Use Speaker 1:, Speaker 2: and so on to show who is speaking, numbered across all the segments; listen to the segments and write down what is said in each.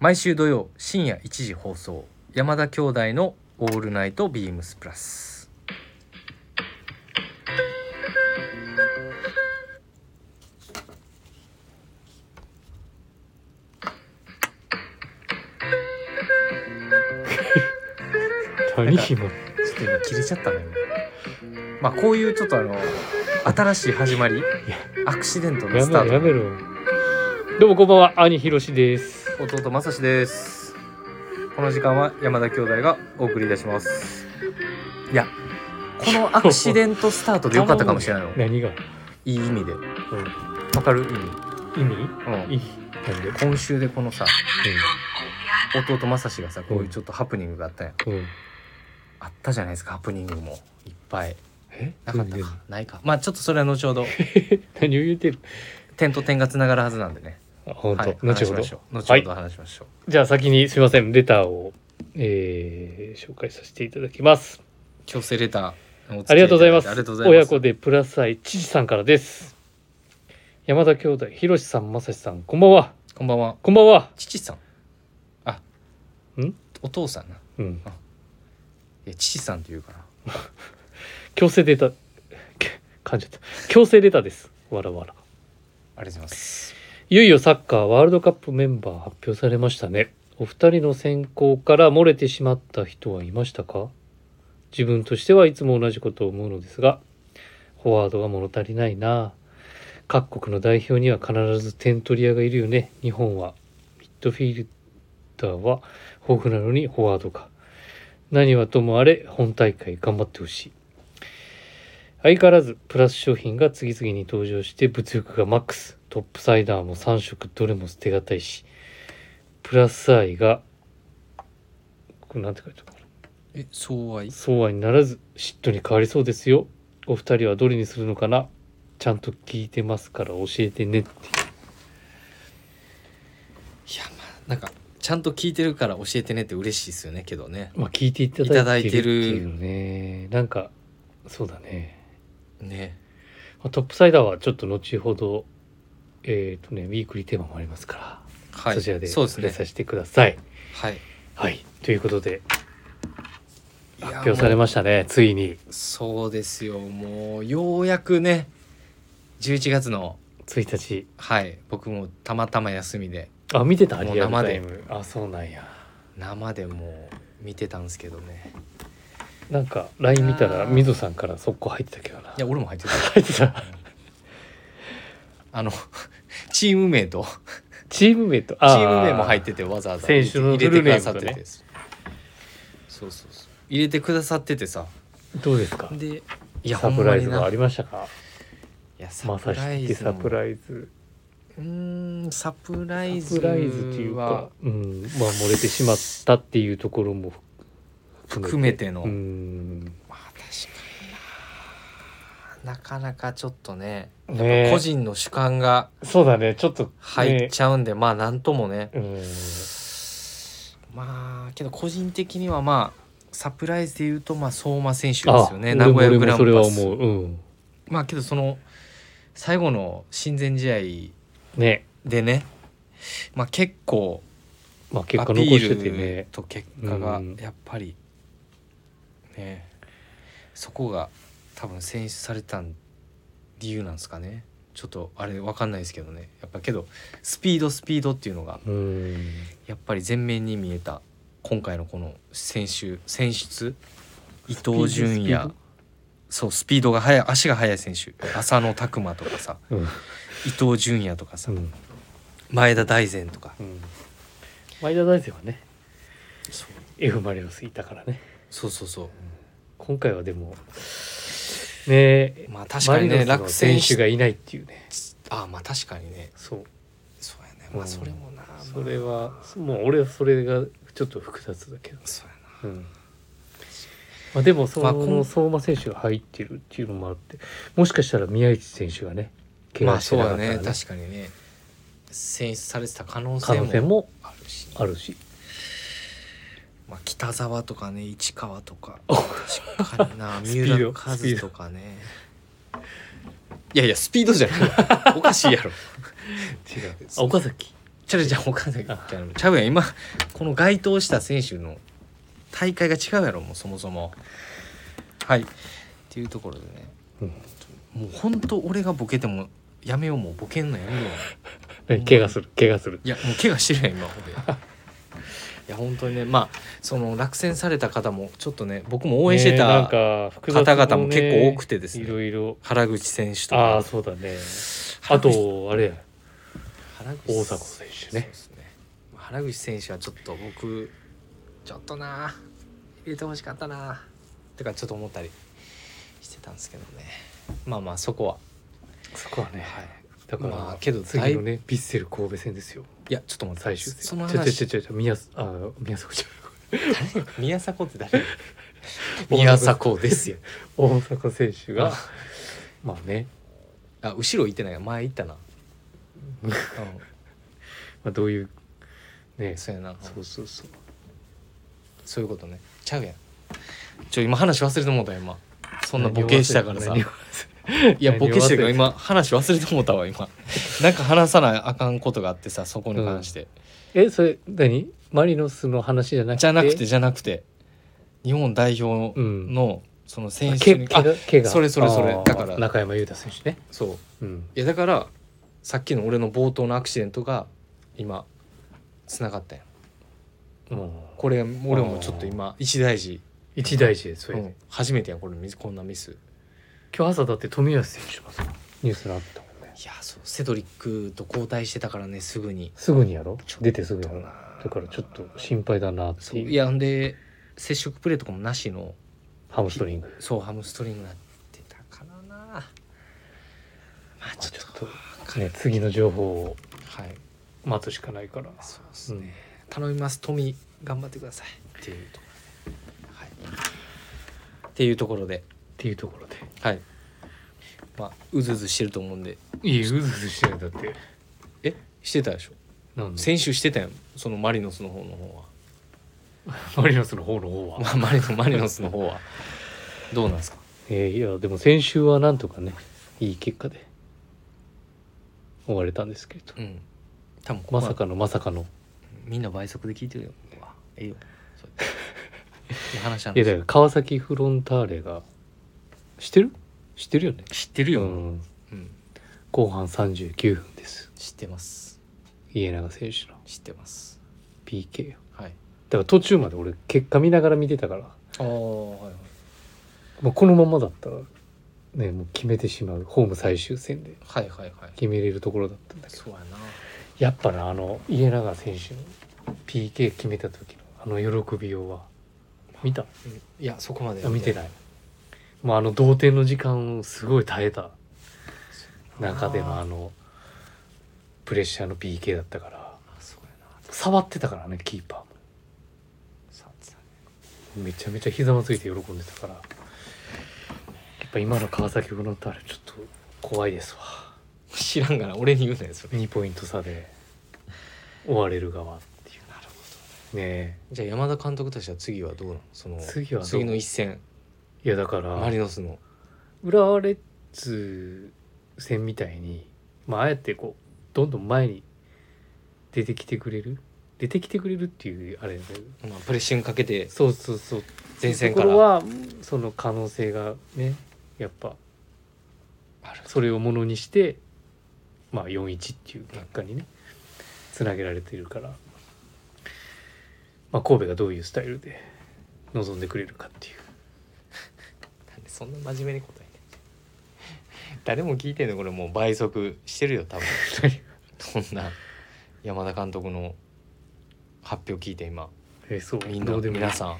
Speaker 1: 毎週土曜深夜1時放送山田兄弟の「オールナイトビームスプラス」
Speaker 2: 何今
Speaker 1: ちょっと今切れちゃったねまあこういうちょっとあの新しい始まりアクシデントの
Speaker 2: や
Speaker 1: スタ
Speaker 2: めろや
Speaker 1: ー
Speaker 2: めろどうもこんばんは兄ひろしです
Speaker 1: ト弟正志ですこの時間は山田兄弟がお送りいたしますいやこのアクシデントスタートでよかったかもしれないの
Speaker 2: 何が、
Speaker 1: いい意味でわ
Speaker 2: う
Speaker 1: かる意味、
Speaker 2: ん、意
Speaker 1: うん
Speaker 2: 味意味なんで
Speaker 1: 今週でこのさ弟正志がさこういうちょっとハプニングがあったやん
Speaker 2: うん、うん、
Speaker 1: あったじゃないですかハプニングもいっぱい
Speaker 2: え
Speaker 1: なかっ
Speaker 2: 何
Speaker 1: た
Speaker 2: で
Speaker 1: かないかまあちょっとそれは後 ほど
Speaker 2: 何を言ってる
Speaker 1: 点と点がつながるはずなんでね
Speaker 2: あ本当、
Speaker 1: はい、
Speaker 2: 後
Speaker 1: 話
Speaker 2: ほ
Speaker 1: し
Speaker 2: ど
Speaker 1: ましょう後ほど話しましょう、
Speaker 2: じゃあ先にすいませんレターを、えー紹介させていただきます
Speaker 1: 強制レター
Speaker 2: ありがとうございます
Speaker 1: ありがとうございま
Speaker 2: 親
Speaker 1: す
Speaker 2: 子でプラス愛知事さんからです山田兄弟ひろしさんまさしさんこんばんは
Speaker 1: こんばんは
Speaker 2: こんばんは
Speaker 1: 父さんあ
Speaker 2: ん
Speaker 1: お父さんない
Speaker 2: うん
Speaker 1: や父さんって言うから
Speaker 2: 強制データ 噛んじゃった強制データですわらわら
Speaker 1: ありがとうございます
Speaker 2: いよいよサッカーワールドカップメンバー発表されましたねお二人の選考から漏れてしまった人はいましたか自分としてはいつも同じことを思うのですがフォワードが物足りないな各国の代表には必ず点取り屋がいるよね日本はミッドフィルダーは豊富なのにフォワードか何はともあれ本大会頑張ってほしい相変わらずプラス商品が次々に登場して物欲がマックストップサイダーも3色どれも捨てがたいしプラス愛がこれなんて書いてあるかな
Speaker 1: え相愛
Speaker 2: そう愛にならず嫉妬に変わりそうですよお二人はどれにするのかなちゃんと聞いてますから教えてねって
Speaker 1: いやまあなんかちゃんと聞いてるから教えてねって嬉しいですよねけどね
Speaker 2: まあ聞いていた
Speaker 1: いただ
Speaker 2: だ
Speaker 1: い
Speaker 2: い
Speaker 1: て
Speaker 2: て
Speaker 1: る
Speaker 2: るっていうねなんかそうだね
Speaker 1: ね
Speaker 2: まあトップサイダーはちょっと後ほどえっ、とねウィークリーテーマもありますから
Speaker 1: はい
Speaker 2: そちらで
Speaker 1: そうです
Speaker 2: 触れ
Speaker 1: ね
Speaker 2: させてください。
Speaker 1: はい
Speaker 2: はい、ということで
Speaker 1: いや
Speaker 2: 発表され
Speaker 1: も
Speaker 2: ましたねついに
Speaker 1: うそうですよもうようやくね11月の
Speaker 2: 1日
Speaker 1: はい僕もたまたま休みで
Speaker 2: あ見てた
Speaker 1: もう
Speaker 2: リアルタイムあそうなんや
Speaker 1: 生でもう見てたんですけどね
Speaker 2: なんか LINE 見たら
Speaker 1: あー
Speaker 2: みぞさんから速攻入ってたけどない
Speaker 1: や俺も入ってた
Speaker 2: 入ってた
Speaker 1: あの チーム名と
Speaker 2: チーム名と
Speaker 1: チーム名も入って
Speaker 2: た
Speaker 1: てわざわざ
Speaker 2: 選手の
Speaker 1: 入れて
Speaker 2: フル
Speaker 1: く
Speaker 2: ネー
Speaker 1: だ
Speaker 2: ム
Speaker 1: さ
Speaker 2: と
Speaker 1: って
Speaker 2: ね
Speaker 1: て、そうそうそう入れてくださっててさ
Speaker 2: どうですか
Speaker 1: でいや
Speaker 2: サプライズ
Speaker 1: ほんまに
Speaker 2: は
Speaker 1: な
Speaker 2: ありましたか
Speaker 1: いやサ
Speaker 2: ま
Speaker 1: プ
Speaker 2: さ
Speaker 1: ライ
Speaker 2: しき
Speaker 1: ズ
Speaker 2: サ
Speaker 1: も
Speaker 2: プライズ
Speaker 1: うーんサプライズ
Speaker 2: サプライズっていうか
Speaker 1: は
Speaker 2: うんまあ漏れてしまったっていうところも
Speaker 1: 含めての、
Speaker 2: うん
Speaker 1: まあ確かにななかなかちょっとね
Speaker 2: ねえ
Speaker 1: 個人の主観が
Speaker 2: そうだねちょっと
Speaker 1: 入っ
Speaker 2: ね
Speaker 1: ちゃうんで、まあなんともね
Speaker 2: うん
Speaker 1: まあけど個人的にはまあサプライズで言うとまあ相馬選手ですよね
Speaker 2: あ
Speaker 1: 名古屋
Speaker 2: 俺も
Speaker 1: グラン
Speaker 2: 俺も
Speaker 1: パ
Speaker 2: そ
Speaker 1: ス
Speaker 2: れは思ううん
Speaker 1: まあけどその最後の親善試
Speaker 2: ね
Speaker 1: 合でねまあ結構
Speaker 2: まあ結
Speaker 1: ア
Speaker 2: 果
Speaker 1: ピ
Speaker 2: 残してて
Speaker 1: ール
Speaker 2: ね
Speaker 1: と結果が
Speaker 2: うん
Speaker 1: やっぱりねそこが多分選出された理由なんですかねちょっとあれ分かんないですけどねやっぱけどスピードスピードっていうのが
Speaker 2: うん
Speaker 1: やっぱり前面に見えた今回のこの選手選出伊東純
Speaker 2: スピードスピー
Speaker 1: 也
Speaker 2: ド
Speaker 1: そうスピードが速い足が速い選手浅野拓磨とか さ
Speaker 2: うん
Speaker 1: 伊東純也とかさ、
Speaker 2: うん
Speaker 1: 前田大然とか
Speaker 2: うん前田大然はね
Speaker 1: そう
Speaker 2: F ・マリノスいたからね
Speaker 1: そうそうそう
Speaker 2: 今回はでもねえ
Speaker 1: まあ確
Speaker 2: マ
Speaker 1: か
Speaker 2: リ
Speaker 1: に
Speaker 2: ノ
Speaker 1: ね
Speaker 2: スの
Speaker 1: 落選
Speaker 2: 選
Speaker 1: 手
Speaker 2: 手
Speaker 1: が
Speaker 2: がいないっていうね
Speaker 1: ああまあ確かにね
Speaker 2: そう
Speaker 1: そうやねま
Speaker 2: う
Speaker 1: あ
Speaker 2: ん
Speaker 1: それもな、まあ
Speaker 2: それはもう俺はそれがちょっと複雑だけど、
Speaker 1: そうやな
Speaker 2: うんまあ、でもそ
Speaker 1: まあこん
Speaker 2: の相馬選手が入ってるっていうのもあってもしかしたら宮市選手がね怪
Speaker 1: まあ
Speaker 2: 我して
Speaker 1: そう
Speaker 2: なか
Speaker 1: や
Speaker 2: った
Speaker 1: ね
Speaker 2: ら、
Speaker 1: 確かにね選出されてた可能
Speaker 2: 可
Speaker 1: 性
Speaker 2: 能性
Speaker 1: も
Speaker 2: も
Speaker 1: あるしね、
Speaker 2: あるし
Speaker 1: まあ、北沢とかね市川とか
Speaker 2: お
Speaker 1: 確かに な
Speaker 2: ス
Speaker 1: 三
Speaker 2: ピー
Speaker 1: 浦
Speaker 2: ド
Speaker 1: 和
Speaker 2: スピード
Speaker 1: とかね いやいやスピードじゃないおかしいやろ
Speaker 2: 違うあ岡崎
Speaker 1: ちゃうちゃう他のちゃうちゃうやん今この該当した選手の大会が違うやろもうそもそもはいっていうところでね、もうほんと俺がボケてもやめようもうボケんのやめよう
Speaker 2: え怪我する怪我する
Speaker 1: いやもう怪我してるやん今ほん でいや本当にねまあその落選された方もちょっとね僕も応援して
Speaker 2: ねなん
Speaker 1: た
Speaker 2: か複雑
Speaker 1: 方々も結構多く
Speaker 2: て
Speaker 1: てですね
Speaker 2: いろいろ
Speaker 1: 原口選手と
Speaker 2: あ
Speaker 1: か
Speaker 2: あそうだねあとあれや
Speaker 1: 原口
Speaker 2: 大迫選手
Speaker 1: そ
Speaker 2: ね
Speaker 1: うですねまあ原口選手はちょっと僕ちょっとな入れてほしかったなとかちょっと思ったりしてたんですけどねまあまあそこは、
Speaker 2: そこはね
Speaker 1: はい、
Speaker 2: だから、
Speaker 1: まあけどだい
Speaker 2: 次のねヴィッセル神戸戦ですよ
Speaker 1: いやちょっと待って
Speaker 2: 最終戦
Speaker 1: その
Speaker 2: ちょ
Speaker 1: 話
Speaker 2: ちょちょちょ宮すあ宮迫ちゃ
Speaker 1: 宮迫って 誰
Speaker 2: ん
Speaker 1: 宮迫 ですよ
Speaker 2: 大迫選手が
Speaker 1: あ
Speaker 2: まあね、
Speaker 1: あ後ろ行ってない前行った な、うん、
Speaker 2: まあ、どういうね
Speaker 1: そうやな
Speaker 2: そうそうそう
Speaker 1: そういうことねちゃうやんちょ今話忘れてもうた今そんなボケしたからさ
Speaker 2: 何を
Speaker 1: い
Speaker 2: 忘
Speaker 1: やボケしてるから
Speaker 2: 何を
Speaker 1: 今話忘れてもうたわ 今なんか話さなあかんことがあってさそこに関して、
Speaker 2: れえそれ何マリノスの話じゃなくて
Speaker 1: じゃなくてじゃなくて日本代表
Speaker 2: うん
Speaker 1: のその選手
Speaker 2: け
Speaker 1: に、
Speaker 2: 怪
Speaker 1: あ
Speaker 2: 我怪我
Speaker 1: それそれそれ
Speaker 2: あー
Speaker 1: だから
Speaker 2: 中山雄太選手ね
Speaker 1: そう
Speaker 2: うん
Speaker 1: いやだからさっきの俺の冒頭のアクシデントが今つながったやん
Speaker 2: もう
Speaker 1: これ俺もちょっと今一大事、
Speaker 2: 一大事ですそれ、
Speaker 1: うん初めてやんこれミスこんなミス
Speaker 2: 今日朝だって富安選手がさニュースになったもんね
Speaker 1: いやそうセドリックと交代してたからねすぐに
Speaker 2: すぐにやろ
Speaker 1: ちょっと
Speaker 2: 出てすぐやろ
Speaker 1: な
Speaker 2: だからちょっと心配だなって
Speaker 1: そう
Speaker 2: いう
Speaker 1: いやほんで接触プレーとかもなしの
Speaker 2: ハムストリング
Speaker 1: そうハムストリングなってたからなまあちょっと
Speaker 2: まね次の情報を
Speaker 1: はい
Speaker 2: 待つしかないから
Speaker 1: そうですね、頼みます富頑張ってくださいっていうところはいっていうところで
Speaker 2: っていうところで
Speaker 1: はいまあうずうずしてると思うんで
Speaker 2: いいやうずうずしてるだって
Speaker 1: えしてたでしょ
Speaker 2: なんで
Speaker 1: 先週してたやんそのマリノスの方の方は
Speaker 2: マリノスの方の方は
Speaker 1: まあ、マリノマリノスの方はどうなんですか
Speaker 2: えーいやでも先週はなんとかねいい結果で終われたんですけれど
Speaker 1: うん多分
Speaker 2: まさかのまさかの
Speaker 1: みんな倍速で聞いてるよええよそうやって いや話なん
Speaker 2: いや
Speaker 1: です
Speaker 2: だから川崎フロンターレが知ってる知ってるよね
Speaker 1: 知ってる
Speaker 2: う
Speaker 1: よ、うん
Speaker 2: ん後半39分です
Speaker 1: 知ってます
Speaker 2: 家長選手の
Speaker 1: 知ってます
Speaker 2: PK を
Speaker 1: はい
Speaker 2: だから途中まで俺結果見ながら見てたから、
Speaker 1: ああはい
Speaker 2: まあ、このままだったらねもう決めてしまうホーム最終戦で
Speaker 1: はいはいはい
Speaker 2: 決めれるところだったんだけど
Speaker 1: そうやな
Speaker 2: やっぱなあの家長選手の PK 決めた時のあの喜びようは見た
Speaker 1: うんいやそこまで
Speaker 2: あ見てないいもうあの同点の時間をすごい耐えた中でのあのプレッシャーの PK だったから
Speaker 1: あそうやな
Speaker 2: 触ってたからねキーパーも
Speaker 1: さあ
Speaker 2: めちゃめちゃひざまずいて喜んでたからやっぱ今の川崎フロンターレちょっと怖いですわ
Speaker 1: 知らんがな俺に言うなよそれ
Speaker 2: 2ポイント差で追われる側っていう
Speaker 1: なるほ
Speaker 2: ね
Speaker 1: どじゃあ山田監督としては次はどうなのその
Speaker 2: 次はどう
Speaker 1: 次の一戦
Speaker 2: えいやだから
Speaker 1: マリノスの
Speaker 2: 浦和レッズ戦みたいに、まああえてこうどんどん前に出てきてくれる出てきてくれるっていうあれだけど
Speaker 1: まあプレッシングかけて
Speaker 2: そうそうそう
Speaker 1: 前線か
Speaker 2: と
Speaker 1: ら
Speaker 2: ころはその可能性がねやっぱ
Speaker 1: ある
Speaker 2: それをものにしてまあ4-1っていう結果にねつなげられているから、まあ、神戸がどういうスタイルで臨んでくれるかっていう
Speaker 1: なんでそんな真面目に答えて誰も聞いてんのこれもう倍速してるよ多分そんな山田監督の発表聞いて今
Speaker 2: えーそう
Speaker 1: みん
Speaker 2: ど
Speaker 1: な
Speaker 2: うでもいい
Speaker 1: 皆さん、うん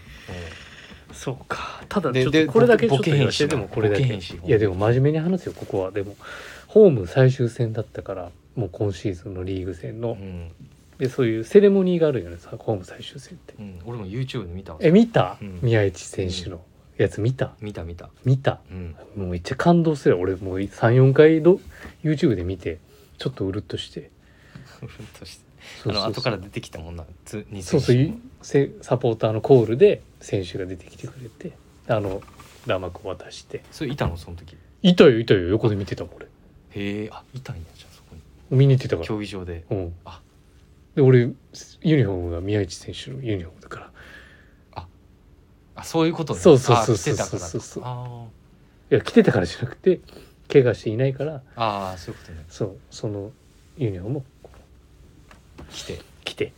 Speaker 2: そうかただ
Speaker 1: で
Speaker 2: ちょっ
Speaker 1: で
Speaker 2: とこれだけちょ
Speaker 1: ボ
Speaker 2: っと
Speaker 1: ケへん
Speaker 2: 言わせて
Speaker 1: し
Speaker 2: で
Speaker 1: な
Speaker 2: もこれだけ
Speaker 1: ボケへんし
Speaker 2: いやでも真面目に話すよここはでもホーム最終戦だったからもう今シーズンのリーグ戦の、
Speaker 1: うん
Speaker 2: でそういうセレモニーがあるよねさホーム最終戦って
Speaker 1: うん、俺も YouTube で見たわ
Speaker 2: え見た、
Speaker 1: うん
Speaker 2: 宮市選手のやつ見た
Speaker 1: 見た見た、
Speaker 2: 見た
Speaker 1: うん、
Speaker 2: もうめっちゃ感動するよ俺もう34回の YouTube で見てちょっとうるっとして
Speaker 1: ふるっとして
Speaker 2: そうそう
Speaker 1: あの後から
Speaker 2: そう
Speaker 1: 出てきたもんなつ2
Speaker 2: そうそういせサポーターのコールで選手が出てきてくれてあの弾幕を渡して
Speaker 1: それいたのその時
Speaker 2: いたよいたよ横で見てたもん俺
Speaker 1: へえあいたんやじゃあそこに
Speaker 2: 見に行ってたから
Speaker 1: 競技場で
Speaker 2: うんで俺ユニフォームが宮市選手のユニフォームだから
Speaker 1: あそういうことね
Speaker 2: そうそうそう
Speaker 1: あ来てたから
Speaker 2: そうそうそう
Speaker 1: あ
Speaker 2: いや着てたからじゃなくて怪我していないから
Speaker 1: ーあーそういうことね
Speaker 2: そうそのユニフォームをこう
Speaker 1: 来てい
Speaker 2: 着て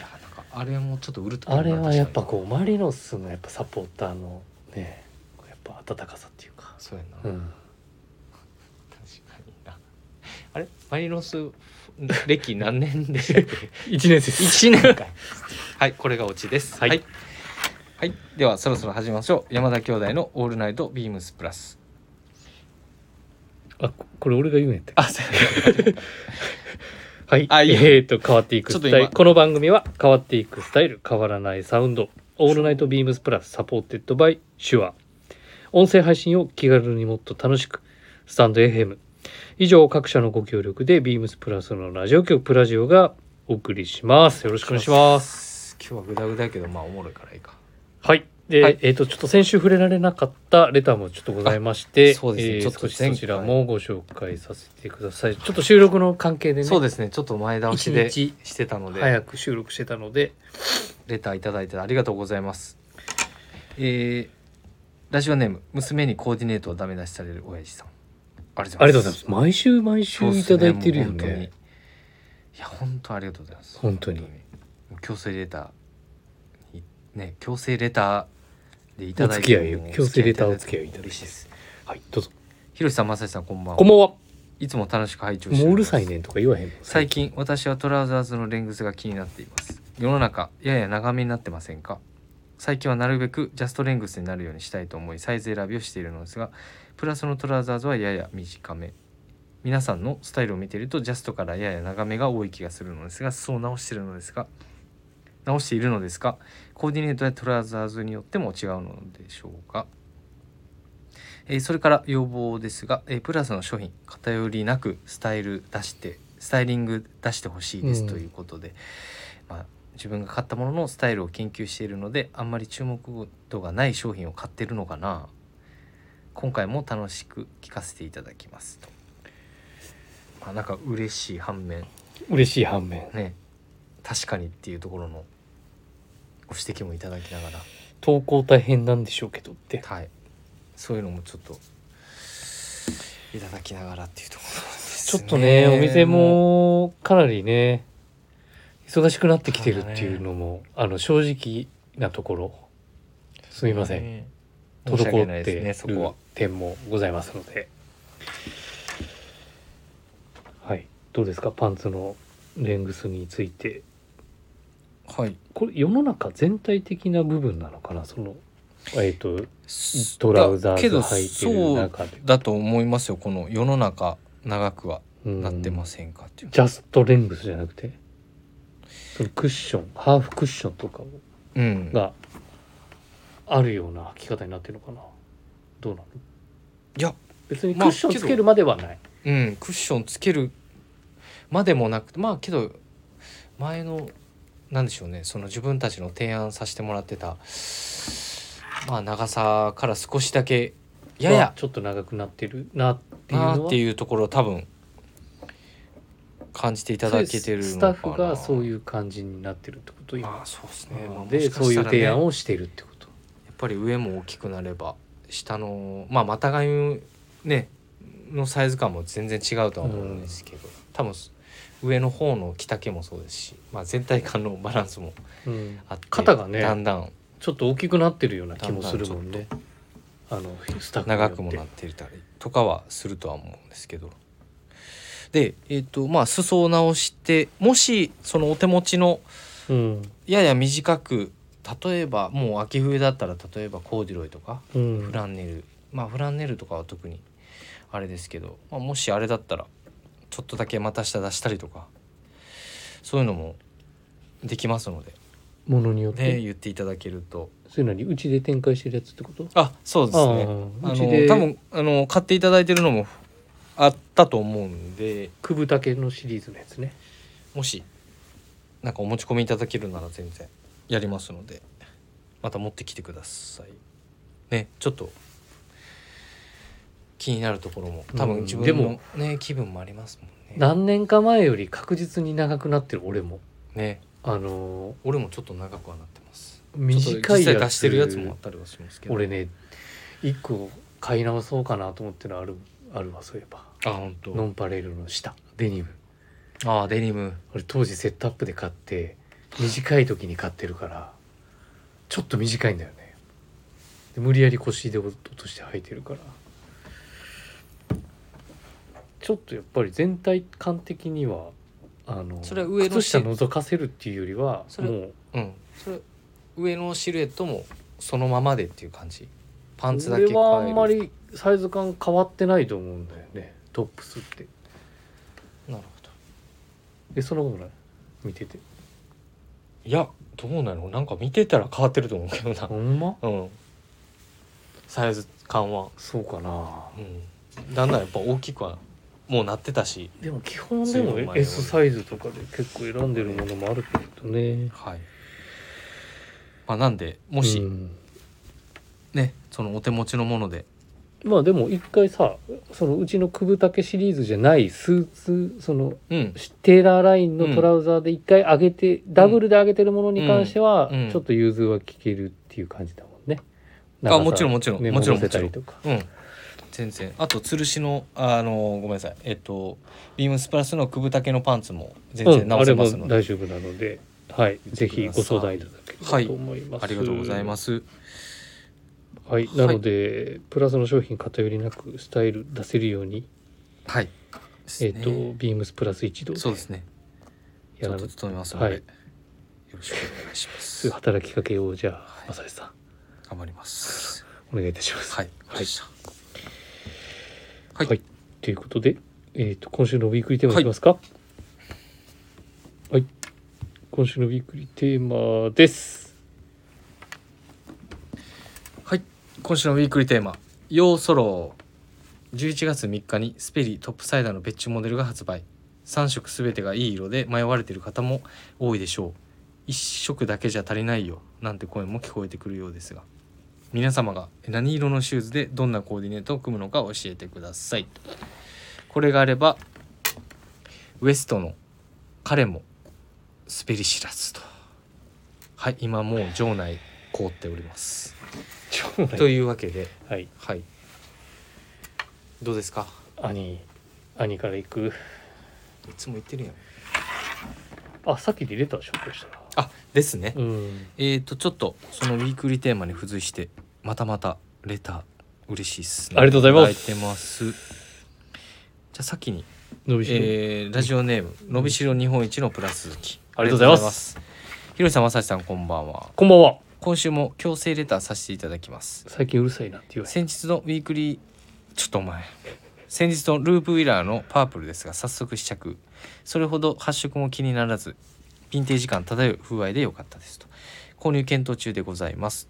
Speaker 1: やなんかあれもちょっとウルト
Speaker 2: あれはやっぱ
Speaker 1: 確か
Speaker 2: こうマリノスのやっぱサポーターのねやっぱ温かさっていうか
Speaker 1: に、そうやな、
Speaker 2: う
Speaker 1: 確
Speaker 2: ん、
Speaker 1: かになあれマリノス歴何年 でしたっけ
Speaker 2: 1年生
Speaker 1: 一年間 はいこれがオチです
Speaker 2: はい
Speaker 1: はい、はいではそろそろ始めましょう山田兄弟の「オールナイトビームスプラス
Speaker 2: あここれ俺が言うんやった」っけ
Speaker 1: あそう
Speaker 2: はい、
Speaker 1: あいいよ
Speaker 2: えー、と変わっていくスタ
Speaker 1: ちょっ
Speaker 2: イ
Speaker 1: と
Speaker 2: ル
Speaker 1: 今
Speaker 2: この番組は変わっていくスタイル変わらないサウンド「オールナイトビームスプラスサポーテッドバイシュア音声配信を気軽にもっと楽しくスタンド FM 以上各社のご協力でビームスプラスのラジオ局プラジオがお送りしますよろしくお願いします
Speaker 1: す今日はグダグダやけどまあおもろいからいいか
Speaker 2: はいで、
Speaker 1: はい
Speaker 2: えー、とちょっと先週触れられなかったレターもちょっとございまして
Speaker 1: あそうですね
Speaker 2: えー
Speaker 1: ちょっと
Speaker 2: 少し
Speaker 1: 前
Speaker 2: そ
Speaker 1: 回
Speaker 2: ちらもご紹介させてくださいちょっと収録の関係でね
Speaker 1: そうですねちょっと前倒しで
Speaker 2: 一日
Speaker 1: してたので
Speaker 2: 早く収録してたので
Speaker 1: レターいただいてありがとうございます。えー、ラジオネーム娘にコーディネートをダメ出しされる親父さん。ありが
Speaker 2: ありがとうございます。毎週毎
Speaker 1: そう
Speaker 2: 週
Speaker 1: っすね
Speaker 2: いただいてるよ
Speaker 1: もう本当に
Speaker 2: ね
Speaker 1: い。や本当ありがとうございます。
Speaker 2: 本当に
Speaker 1: もう強制レターにね強制レターでいただい
Speaker 2: お付き合いよ
Speaker 1: もう
Speaker 2: 強制レターお付き合いいただいて
Speaker 1: 嬉しいです。
Speaker 2: はい、どうぞ。
Speaker 1: ひろしさんまさしさんこんばんは。
Speaker 2: こんばんは。
Speaker 1: いつも楽しく拝聴しております
Speaker 2: もううるさいねんとか言わへんの。
Speaker 1: 最近私はトラウザーズのレングスが気になっています世の中やや長めになってませんか最近はなるべくジャストレングスになるようにしたいと思いサイズ選びをしているのですがプラスのトラウザーズはやや短め皆さんのスタイルを見ているとジャストからやや長めが多い気がするのですがそう直しているのですが直しているのですがコーディネートやトラウザーズによっても違うのでしょうかえーそれから要望ですが、えープラスの商品偏りなくスタイル出してスタイリング出してほしいで
Speaker 2: う
Speaker 1: す
Speaker 2: ん
Speaker 1: ということで、まあ、自分が買ったもののスタイルを研究しているのであんまり注目度がない商品を買ってるのかな今回も楽しく聞かせていただきますと、まあ、なんか嬉しい反面
Speaker 2: 嬉しい反面。
Speaker 1: ね確かにっていうところのご指摘もいただきながら
Speaker 2: 投稿大変なんでしょうけどって。
Speaker 1: はい、そういうのもちょっといただきながらっていうところです
Speaker 2: ちょっとね、お店もかなりね、忙しくなってきてるっていうのも、あの、正直なところ、すみません。
Speaker 1: ん
Speaker 2: 滞
Speaker 1: な
Speaker 2: っ
Speaker 1: いですね
Speaker 2: て
Speaker 1: そ
Speaker 2: る
Speaker 1: こは
Speaker 2: 点もございますので。はい。どうですかパンツのレングスについて。
Speaker 1: はい
Speaker 2: これ世の中全体的な部分なのかなそのえっ、とトラウザーズ履いてる
Speaker 1: だけど
Speaker 2: 中で
Speaker 1: そうだと思いますよこの世の中長くはな
Speaker 2: な
Speaker 1: ってますせんかっていう、
Speaker 2: ジャストレングスじゃなくてそのクッションハーフクッションとかを
Speaker 1: うん、
Speaker 2: があるような履き方になってるのかなどうなの
Speaker 1: いや
Speaker 2: 別にク
Speaker 1: まあ
Speaker 2: ッションつけるまではない、
Speaker 1: うん、クッションつけるまでもなくてまあけど前のなんでしょうねその自分たちの提案させてもらってたまあ長さから少しだけや
Speaker 2: まあ
Speaker 1: や
Speaker 2: ちょっと長くなってるなっていうの
Speaker 1: な
Speaker 2: は
Speaker 1: ーっていうところを多分感じていただけてるのかな
Speaker 2: スタッフがそういうう感じになってるってこと今
Speaker 1: まあそうですね
Speaker 2: な
Speaker 1: まあ
Speaker 2: ので
Speaker 1: もしか
Speaker 2: そうい
Speaker 1: し
Speaker 2: う
Speaker 1: たらね
Speaker 2: 提案
Speaker 1: や
Speaker 2: をしているってこと
Speaker 1: っぱり上も大きくなれば下のまあまたがみねのサイズ感も全然違うとは思うんですけど、多分上の方の着丈もそうですし、まあ、全体感のバランスも
Speaker 2: うん
Speaker 1: あって
Speaker 2: 肩がね
Speaker 1: だんだん
Speaker 2: ちょっと大きくなってるような気もするもんね。あのスタッフによ
Speaker 1: 長
Speaker 2: って
Speaker 1: くもなってたりとかはするとは思うんですけどでえっ、とまあ裾を直してもしそのお手持ちの
Speaker 2: うん
Speaker 1: やや短く例えばもう秋冬だったら例えばコーデュロイとか
Speaker 2: うん
Speaker 1: フランネル、まあフランネルとかは特にあれですけど、まあ、もしあれだったらちょっとだけ股下出したりとかそういうのもできますので、
Speaker 2: ものによっ
Speaker 1: ね、
Speaker 2: て
Speaker 1: 言っていただけると
Speaker 2: そういうのにうちで展開してるやつってこと
Speaker 1: あそうですね
Speaker 2: ああ
Speaker 1: あ
Speaker 2: うちで
Speaker 1: の多分あの買っていただいてるのもあったと思うんで
Speaker 2: くぶたけのシリーズのやつね
Speaker 1: もしなんかお持ち込みいただけるなら全然やりますのでまた持ってきてくださいねちょっと気になるところも多
Speaker 2: うん
Speaker 1: 分自分
Speaker 2: で
Speaker 1: の
Speaker 2: も、
Speaker 1: ね気分もありますもんね。
Speaker 2: 何年か前より確実に長くなってる俺も
Speaker 1: ね
Speaker 2: あのー
Speaker 1: 俺もちょっと長くはなってます。ちょっ
Speaker 2: 短
Speaker 1: と
Speaker 2: い
Speaker 1: 実際
Speaker 2: や
Speaker 1: 出
Speaker 2: つ
Speaker 1: してるやつもあったりはしますけど
Speaker 2: 俺ね一個買い直そうかなと思ってるのあるあるわそういえば
Speaker 1: あ本当
Speaker 2: ノンパレルの下デニム
Speaker 1: あデニム
Speaker 2: 俺当時セットアップで買って短い時に買ってるからちょっと短いんだよねで無理やり腰で落として履いてるからちょっとやっぱり全体感的にはあの
Speaker 1: それは上の
Speaker 2: 靴下覗かせるっていうよりは
Speaker 1: それ
Speaker 2: もう
Speaker 1: うんそれ上のシルエットもそのままでっていう感じパンツだけ
Speaker 2: 俺
Speaker 1: 変える
Speaker 2: はあんまりサイズ感変わってないと思うんだよねトップスって
Speaker 1: なるほど
Speaker 2: えそんなことない見てて
Speaker 1: いやどうなのなんか見てたら変わってると思うけどな
Speaker 2: ほんま
Speaker 1: うんサイズ感は
Speaker 2: そうかな
Speaker 1: うんだんだんやっぱ大きくはもうなってたし
Speaker 2: でも基本
Speaker 1: ず
Speaker 2: で
Speaker 1: いぶん前
Speaker 2: も
Speaker 1: よ
Speaker 2: S サイズとかで結構選んでるものもあるけどね
Speaker 1: はいまあなんでもし、
Speaker 2: うん
Speaker 1: ねそのお手持ちのもので
Speaker 2: まあでも一回さそのうちの久保竹シリーズじゃないスーツその
Speaker 1: うん
Speaker 2: テーラーラインのトラウザーで一回上げて、ダブルで上げてるものに関しては、
Speaker 1: うんうん
Speaker 2: ちょっと融通は聞けるっていう感じだもんね
Speaker 1: あもちろんもちろん
Speaker 2: メ
Speaker 1: も
Speaker 2: モ
Speaker 1: ちろ
Speaker 2: 載
Speaker 1: んも
Speaker 2: せ
Speaker 1: ち
Speaker 2: た
Speaker 1: ろん
Speaker 2: りとか
Speaker 1: うん全然あと吊るしのあのごめんなさいえっとビームスプラスのくぶたけのパンツも全然直せます
Speaker 2: うん、
Speaker 1: の
Speaker 2: あれ
Speaker 1: で、
Speaker 2: も大丈夫なので、はい、ぜひご相談いただければと思います、、
Speaker 1: ありがとうございますす
Speaker 2: はい、なので、プラスの商品偏りなくスタイル出せるように、
Speaker 1: はい
Speaker 2: えっ、と、ビームスプラス一同
Speaker 1: そうですねち
Speaker 2: や
Speaker 1: ょ
Speaker 2: ら
Speaker 1: っ
Speaker 2: な
Speaker 1: と努めますので、
Speaker 2: はい
Speaker 1: よろしくお願いしま
Speaker 2: そうい
Speaker 1: す
Speaker 2: う働きかけをじゃあ、
Speaker 1: はい
Speaker 2: まさりさん
Speaker 1: 頑張ります
Speaker 2: お願いいたします。
Speaker 1: はい
Speaker 2: はい
Speaker 1: よっしゃはい、
Speaker 2: はいということで、えっと今週のウィークリーテーマいきますかはい、今週のウィークリーテーマです
Speaker 1: はい、今週のウィークリーテーマ「ヨーソロー」11月3日にスペリトップサイダーの別注モデルが発売3色すべてがいい色で迷われている方も多いでしょう1色だけじゃ足りないよなんて声も聞こえてくるようですが皆様が何色のシューズでどんなコーディネートを組むのか教えてくださいこれがあればウエストの彼もスペリ知らずとはい今もう場内凍っておりますというわけで、
Speaker 2: はい
Speaker 1: はい。どうですか。
Speaker 2: 兄兄から行く
Speaker 1: いつも言ってるやん。
Speaker 2: あさっきでレター紹介したな
Speaker 1: あ、ですね。
Speaker 2: うん
Speaker 1: えっ、とちょっとそのウィークリーテーマに付随してまたまたレター嬉しいっすね。
Speaker 2: ありがとうございます
Speaker 1: ただてますじゃあ先に、
Speaker 2: 伸びしろ、
Speaker 1: えー、ラジオネームのびしろ日本一のプラス好き。。
Speaker 2: ありがとうございます
Speaker 1: ひろしさんまさしさんこんばんは。
Speaker 2: こんばんは
Speaker 1: 今週も強制レターさせていただきます。
Speaker 2: 最近うるさいなって言われて
Speaker 1: 先日のウィークリーちょっとお前先日のループウィラーのパープルですが早速試着それほど発色も気にならずヴィンテージ感漂う風合いで良かったですと購入検討中でございます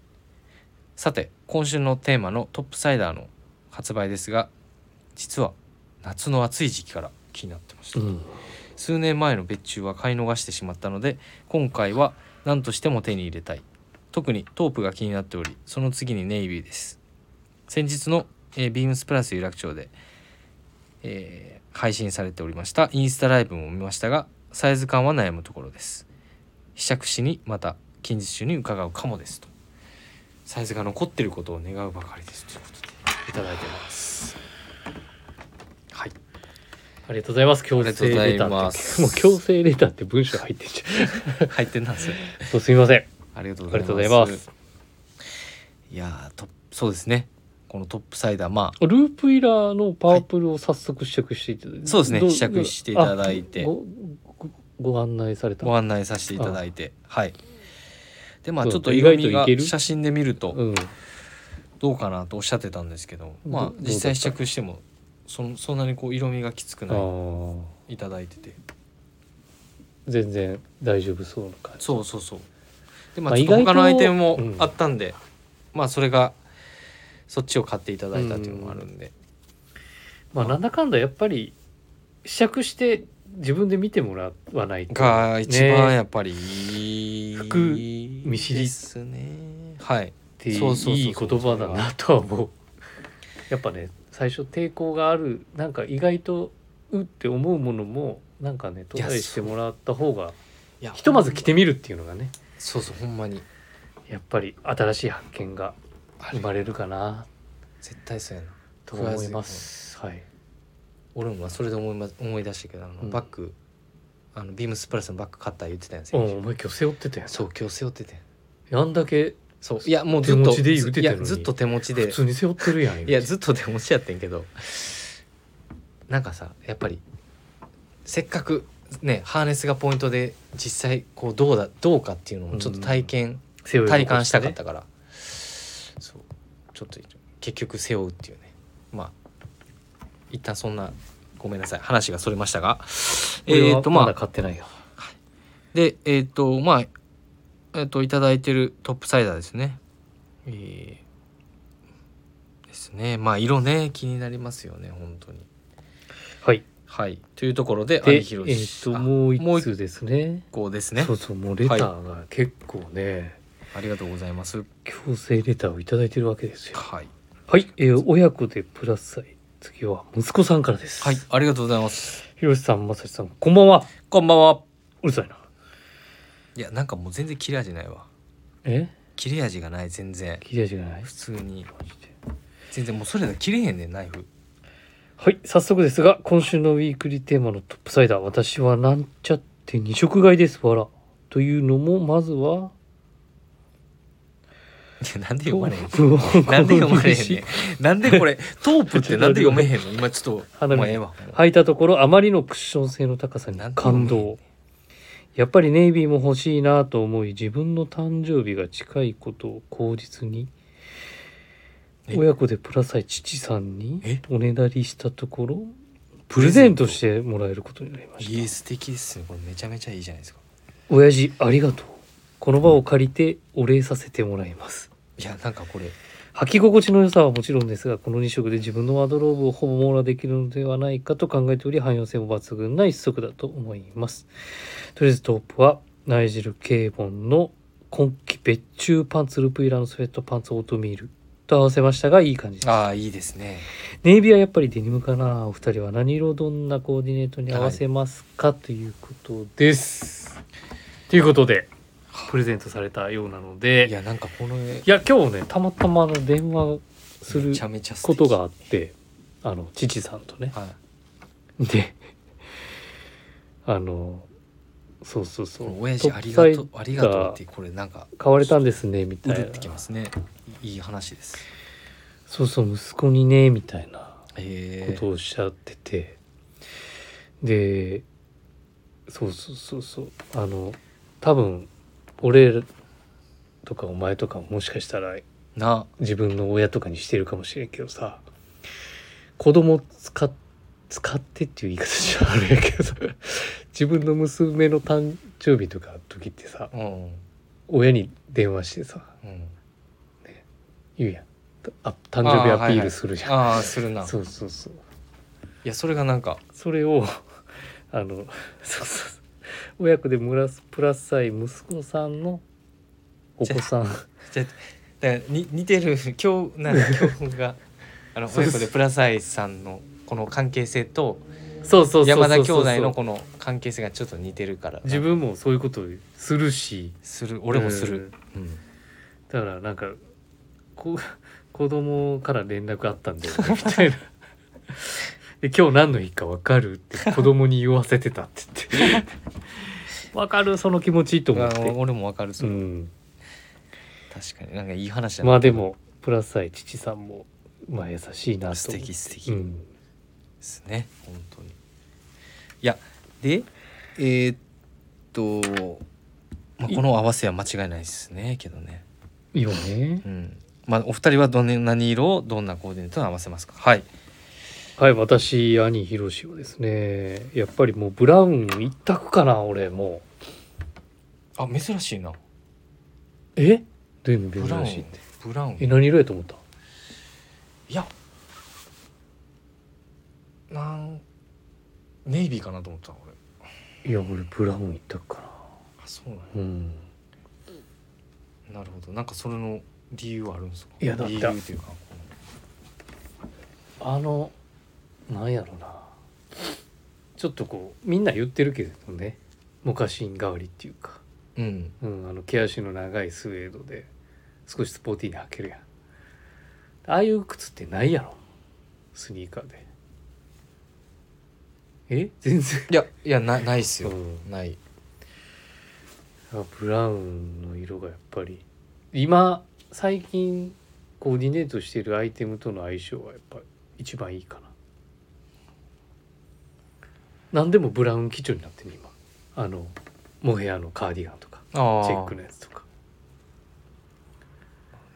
Speaker 1: さて今週のテーマのトップサイダーの発売ですが実は夏の暑い時期から気になってました、
Speaker 2: うん
Speaker 1: 数年前の別注は買い逃してしまったので今回は何としても手に入れたい特にトープが気になっておりその次にネイビーです先日の、えービームスプラス有楽町で、えー配信されておりましたインスタライブも見ましたがサイズ感は悩むところです試着しにまた近日中に伺うかもですとサイズが残っていることを願うばかりですということでいただいてます はい
Speaker 2: ありがとうございます強制レタ
Speaker 1: ありがとうござい
Speaker 2: ー
Speaker 1: ま
Speaker 2: って
Speaker 1: す
Speaker 2: もう強制レターって文章入ってんじ
Speaker 1: 入ってんなんですよ
Speaker 2: ゃんそうすみません
Speaker 1: ありがとう
Speaker 2: あ
Speaker 1: ご
Speaker 2: り
Speaker 1: ざ
Speaker 2: が
Speaker 1: い
Speaker 2: とう
Speaker 1: ま
Speaker 2: ござ
Speaker 1: す
Speaker 2: います
Speaker 1: いやーとそうですねこのトップサイダーまあ
Speaker 2: ループイラーのパープルを早速試着していただいて、
Speaker 1: そうですね
Speaker 2: ど
Speaker 1: 試着していただいて
Speaker 2: あごごごご案内された
Speaker 1: ご案内させていただいてはいでまあ
Speaker 2: そう
Speaker 1: ちょっと
Speaker 2: 意
Speaker 1: 色
Speaker 2: 外と
Speaker 1: 味が
Speaker 2: いける
Speaker 1: 写真で見ると
Speaker 2: うん
Speaker 1: どうかなとおっしゃってたんですけどまあ
Speaker 2: どどうだった
Speaker 1: 実際試着してもそんそんなにこう色味がきつく
Speaker 2: あ
Speaker 1: ない
Speaker 2: ー
Speaker 1: いただいてて
Speaker 2: 全然大丈夫そうな感じ
Speaker 1: そうそうそうでま
Speaker 2: ま
Speaker 1: あ
Speaker 2: あ
Speaker 1: ちょっと
Speaker 2: 意外と
Speaker 1: 他のアイテムも
Speaker 2: うん
Speaker 1: あったんでまあそれがそっちを買っていただいたっていうのもあるんで
Speaker 2: まあなんだかんだやっぱり試着して自分で見てもらわないと
Speaker 1: が一番
Speaker 2: ね
Speaker 1: やっぱりいい
Speaker 2: 服見知り
Speaker 1: ですねはい
Speaker 2: ってい
Speaker 1: そうそうそうそう
Speaker 2: いい言葉だなとは思うやっぱね最初抵抗があるなんか意外とうって思うものもなんかねト
Speaker 1: いや
Speaker 2: ライしてもらった方が
Speaker 1: いや
Speaker 2: ひとまず着てみるっていうのがね
Speaker 1: そうそうほんまに
Speaker 2: やっぱり新しい発見が
Speaker 1: あ
Speaker 2: 生
Speaker 1: れ
Speaker 2: まれるかな
Speaker 1: 絶対そうやな
Speaker 2: と思います。はい、
Speaker 1: 俺もまあそれで思い,、ま、思い出したけどあの、
Speaker 2: うん
Speaker 1: バッグあのビームスプラスのバッグ買った言ってたやん
Speaker 2: お
Speaker 1: 先週
Speaker 2: お前今日背負ってたやん。
Speaker 1: そう今日背負っててん
Speaker 2: あんだけ
Speaker 1: そう
Speaker 2: そう
Speaker 1: いやもうずっと
Speaker 2: 手持ちで言うてたの
Speaker 1: い
Speaker 2: に
Speaker 1: やずっと手持ち
Speaker 2: 普
Speaker 1: で
Speaker 2: 通に背負ってるやん。今
Speaker 1: いやずっと手持ちやってんけどなんかさやっぱりせっかくねハーネスがポイントで実際こうどうだどうかっていうのもちょっと体験、
Speaker 2: 背負いを起こして
Speaker 1: 体
Speaker 2: ね
Speaker 1: 感したかったから、そうちょっと結局背負うっていうねまあ一旦そんなごめんなさい話がそれましたが
Speaker 2: 俺
Speaker 1: えっ、
Speaker 2: は
Speaker 1: とま
Speaker 2: だ
Speaker 1: あ
Speaker 2: 買ってないよ。
Speaker 1: でえっ、とまあえっ、といただいてるトップサイダーですねえーですねまあ色ね気になりますよね本当に
Speaker 2: はい。
Speaker 1: はいというところで
Speaker 2: で、え
Speaker 1: 兄
Speaker 2: っ、
Speaker 1: ひろし
Speaker 2: と
Speaker 1: あ
Speaker 2: もう
Speaker 1: もう
Speaker 2: 一
Speaker 1: 一
Speaker 2: 通ですね
Speaker 1: 個ですね
Speaker 2: そうそうもうレターが結構ね、
Speaker 1: ありがとうございます
Speaker 2: 強制レターをいただいてるわけですよ。
Speaker 1: はい
Speaker 2: はい、えー親子でプラス愛。次は息子さんからです。
Speaker 1: はい。ありがとうございます
Speaker 2: ひろしさん、まさしさん、こんばんは。
Speaker 1: こんばんは
Speaker 2: うるさいな。
Speaker 1: いやなんかもう全然切れ味ないわ
Speaker 2: え
Speaker 1: 切れ味がない全然
Speaker 2: 切れ味がない
Speaker 1: 普通に全然もうそれだ切れへんねんナイフ
Speaker 2: はい、早速ですが、今週のウィークリーテーマのトップサイダー、私はなんちゃって二色買いです、わら。というのも、まずは、
Speaker 1: いやなんで
Speaker 2: ト
Speaker 1: 読まれへ ん
Speaker 2: ープを
Speaker 1: なんで読まれへんね
Speaker 2: し
Speaker 1: んなんでこれトープってなんで読めへんの今ちょっと
Speaker 2: 花火
Speaker 1: もうええわ
Speaker 2: 履いたところ、あまりのクッション性の高さに感動。やっぱりネイビーも欲しいなと思い、自分の誕生日が近いことを口実に、
Speaker 1: え
Speaker 2: 親子でプラサイ父さんに
Speaker 1: え
Speaker 2: おねだりしたところ、プ
Speaker 1: プ
Speaker 2: レ
Speaker 1: レ
Speaker 2: ゼ
Speaker 1: ゼ
Speaker 2: ン
Speaker 1: ン
Speaker 2: ト
Speaker 1: ト
Speaker 2: してもらえることになりました。
Speaker 1: いえ素敵ですねこれめちゃめちゃいいじゃないですか
Speaker 2: 親父ありがとうこの場を借りてお礼させてもらいます
Speaker 1: いやなんかこれ
Speaker 2: 履き心地の良さはもちろんですがこの2色で自分のワードローブをほぼ網羅できるのではないかと考えており汎用性も抜群な一足だと思いますとりあえずトープはナイジル・ケーボンの今季別注パンツループイラーのスウェットパンツオートミールと合わせましたがいい感じです
Speaker 1: ああいいですね
Speaker 2: ネイビーはやっぱりデニムかなお二人は何色どんなコーディネートに合わせますか、ということですということでプレゼントされたようなので
Speaker 1: い
Speaker 2: いや
Speaker 1: やなんかこの絵
Speaker 2: 今日ねたまたまあの電話する
Speaker 1: めちゃめちゃ素
Speaker 2: こ
Speaker 1: 敵
Speaker 2: とがあってあの父さんとね
Speaker 1: はい
Speaker 2: であのそうそうそ
Speaker 1: この
Speaker 2: う
Speaker 1: 親父ありがとう
Speaker 2: トップ
Speaker 1: あ
Speaker 2: サイ
Speaker 1: り
Speaker 2: ダー
Speaker 1: がとうってこれなんか
Speaker 2: 買われたんですねみ
Speaker 1: う
Speaker 2: たい
Speaker 1: る
Speaker 2: な
Speaker 1: ってきますねいい話です
Speaker 2: そうそう息子にねみたいなこ
Speaker 1: え
Speaker 2: とをおっしゃってて、でそうそうそうそうあの多分俺とかお前とかももしかしたら
Speaker 1: ー、な
Speaker 2: 自分の親とかにしてるかもしれんけどさ子供使っ使ってっていう言い方じゃあれやけどさ 自分の娘の誕生日とかの時ってさ
Speaker 1: うん
Speaker 2: 親に電話してさ
Speaker 1: うん
Speaker 2: 言うやんあ誕生日アピールするじゃん、
Speaker 1: ああするな
Speaker 2: そうそうそう
Speaker 1: いやそれがなんか
Speaker 2: それを あのそうそうそう親子でプラスプラス愛息子さんのお子さん
Speaker 1: じゃだからに似てる 今日なんか教訓があの
Speaker 2: そう
Speaker 1: 親
Speaker 2: そう
Speaker 1: 子でプラサイさんのこの関係性と
Speaker 2: そうそうそうそうそう
Speaker 1: 山田兄弟のこの関係性がちょっと似てるから
Speaker 2: 自分もそういうことをするし
Speaker 1: する俺もする、うん
Speaker 2: だからなんかこ 子供から連絡あったんだよねみたいな で今日何の日か分かるって子供に言わせてたって言って 分かるその気持ちと思っ
Speaker 1: あの
Speaker 2: て、
Speaker 1: 俺もわかるそうれ、
Speaker 2: ん、
Speaker 1: 確かになんかいい話だな
Speaker 2: まあでもプラス愛父さんもまあ優しいなと思って
Speaker 1: 素敵素敵
Speaker 2: うん
Speaker 1: ですね、本当にいやでえーっと、まあ、この合わせは間違いないですねけどね
Speaker 2: いいよね
Speaker 1: うんまあお二人はどんな何色をどんなコーディネートに合わせますかはい
Speaker 2: はい私兄ひろしはですねやっぱりもうブラウン一択かな俺も
Speaker 1: あ珍しいな
Speaker 2: うえどういうの
Speaker 1: ブラウ
Speaker 2: 珍
Speaker 1: ン
Speaker 2: しいって
Speaker 1: ブラウン
Speaker 2: え何色やと思った
Speaker 1: いやなんネイビーかなと思った俺
Speaker 2: いや俺ブラウン一択か
Speaker 1: あそうなんや
Speaker 2: なうん
Speaker 1: なるほどなんかそれの理由はあるんですか
Speaker 2: いやだって
Speaker 1: 理由というかこ
Speaker 2: あのなんやろなちょっとこうみんな言ってるけどねモカシン代わりっていうか、
Speaker 1: うん
Speaker 2: うん、あの毛足の長いスウェードで少しスポーティーに履けるやんああいう靴ってないやろスニーカーでえ全然
Speaker 1: いやいやなないっすよ、
Speaker 2: うん
Speaker 1: ない
Speaker 2: あブラウンの色がやっぱり今最近コーディネートしているアイテムとの相性はやっぱ一番いいかな何でもブラウン基調になってる今あのモヘアのカーディガンとか
Speaker 1: あー
Speaker 2: チェックのやつとか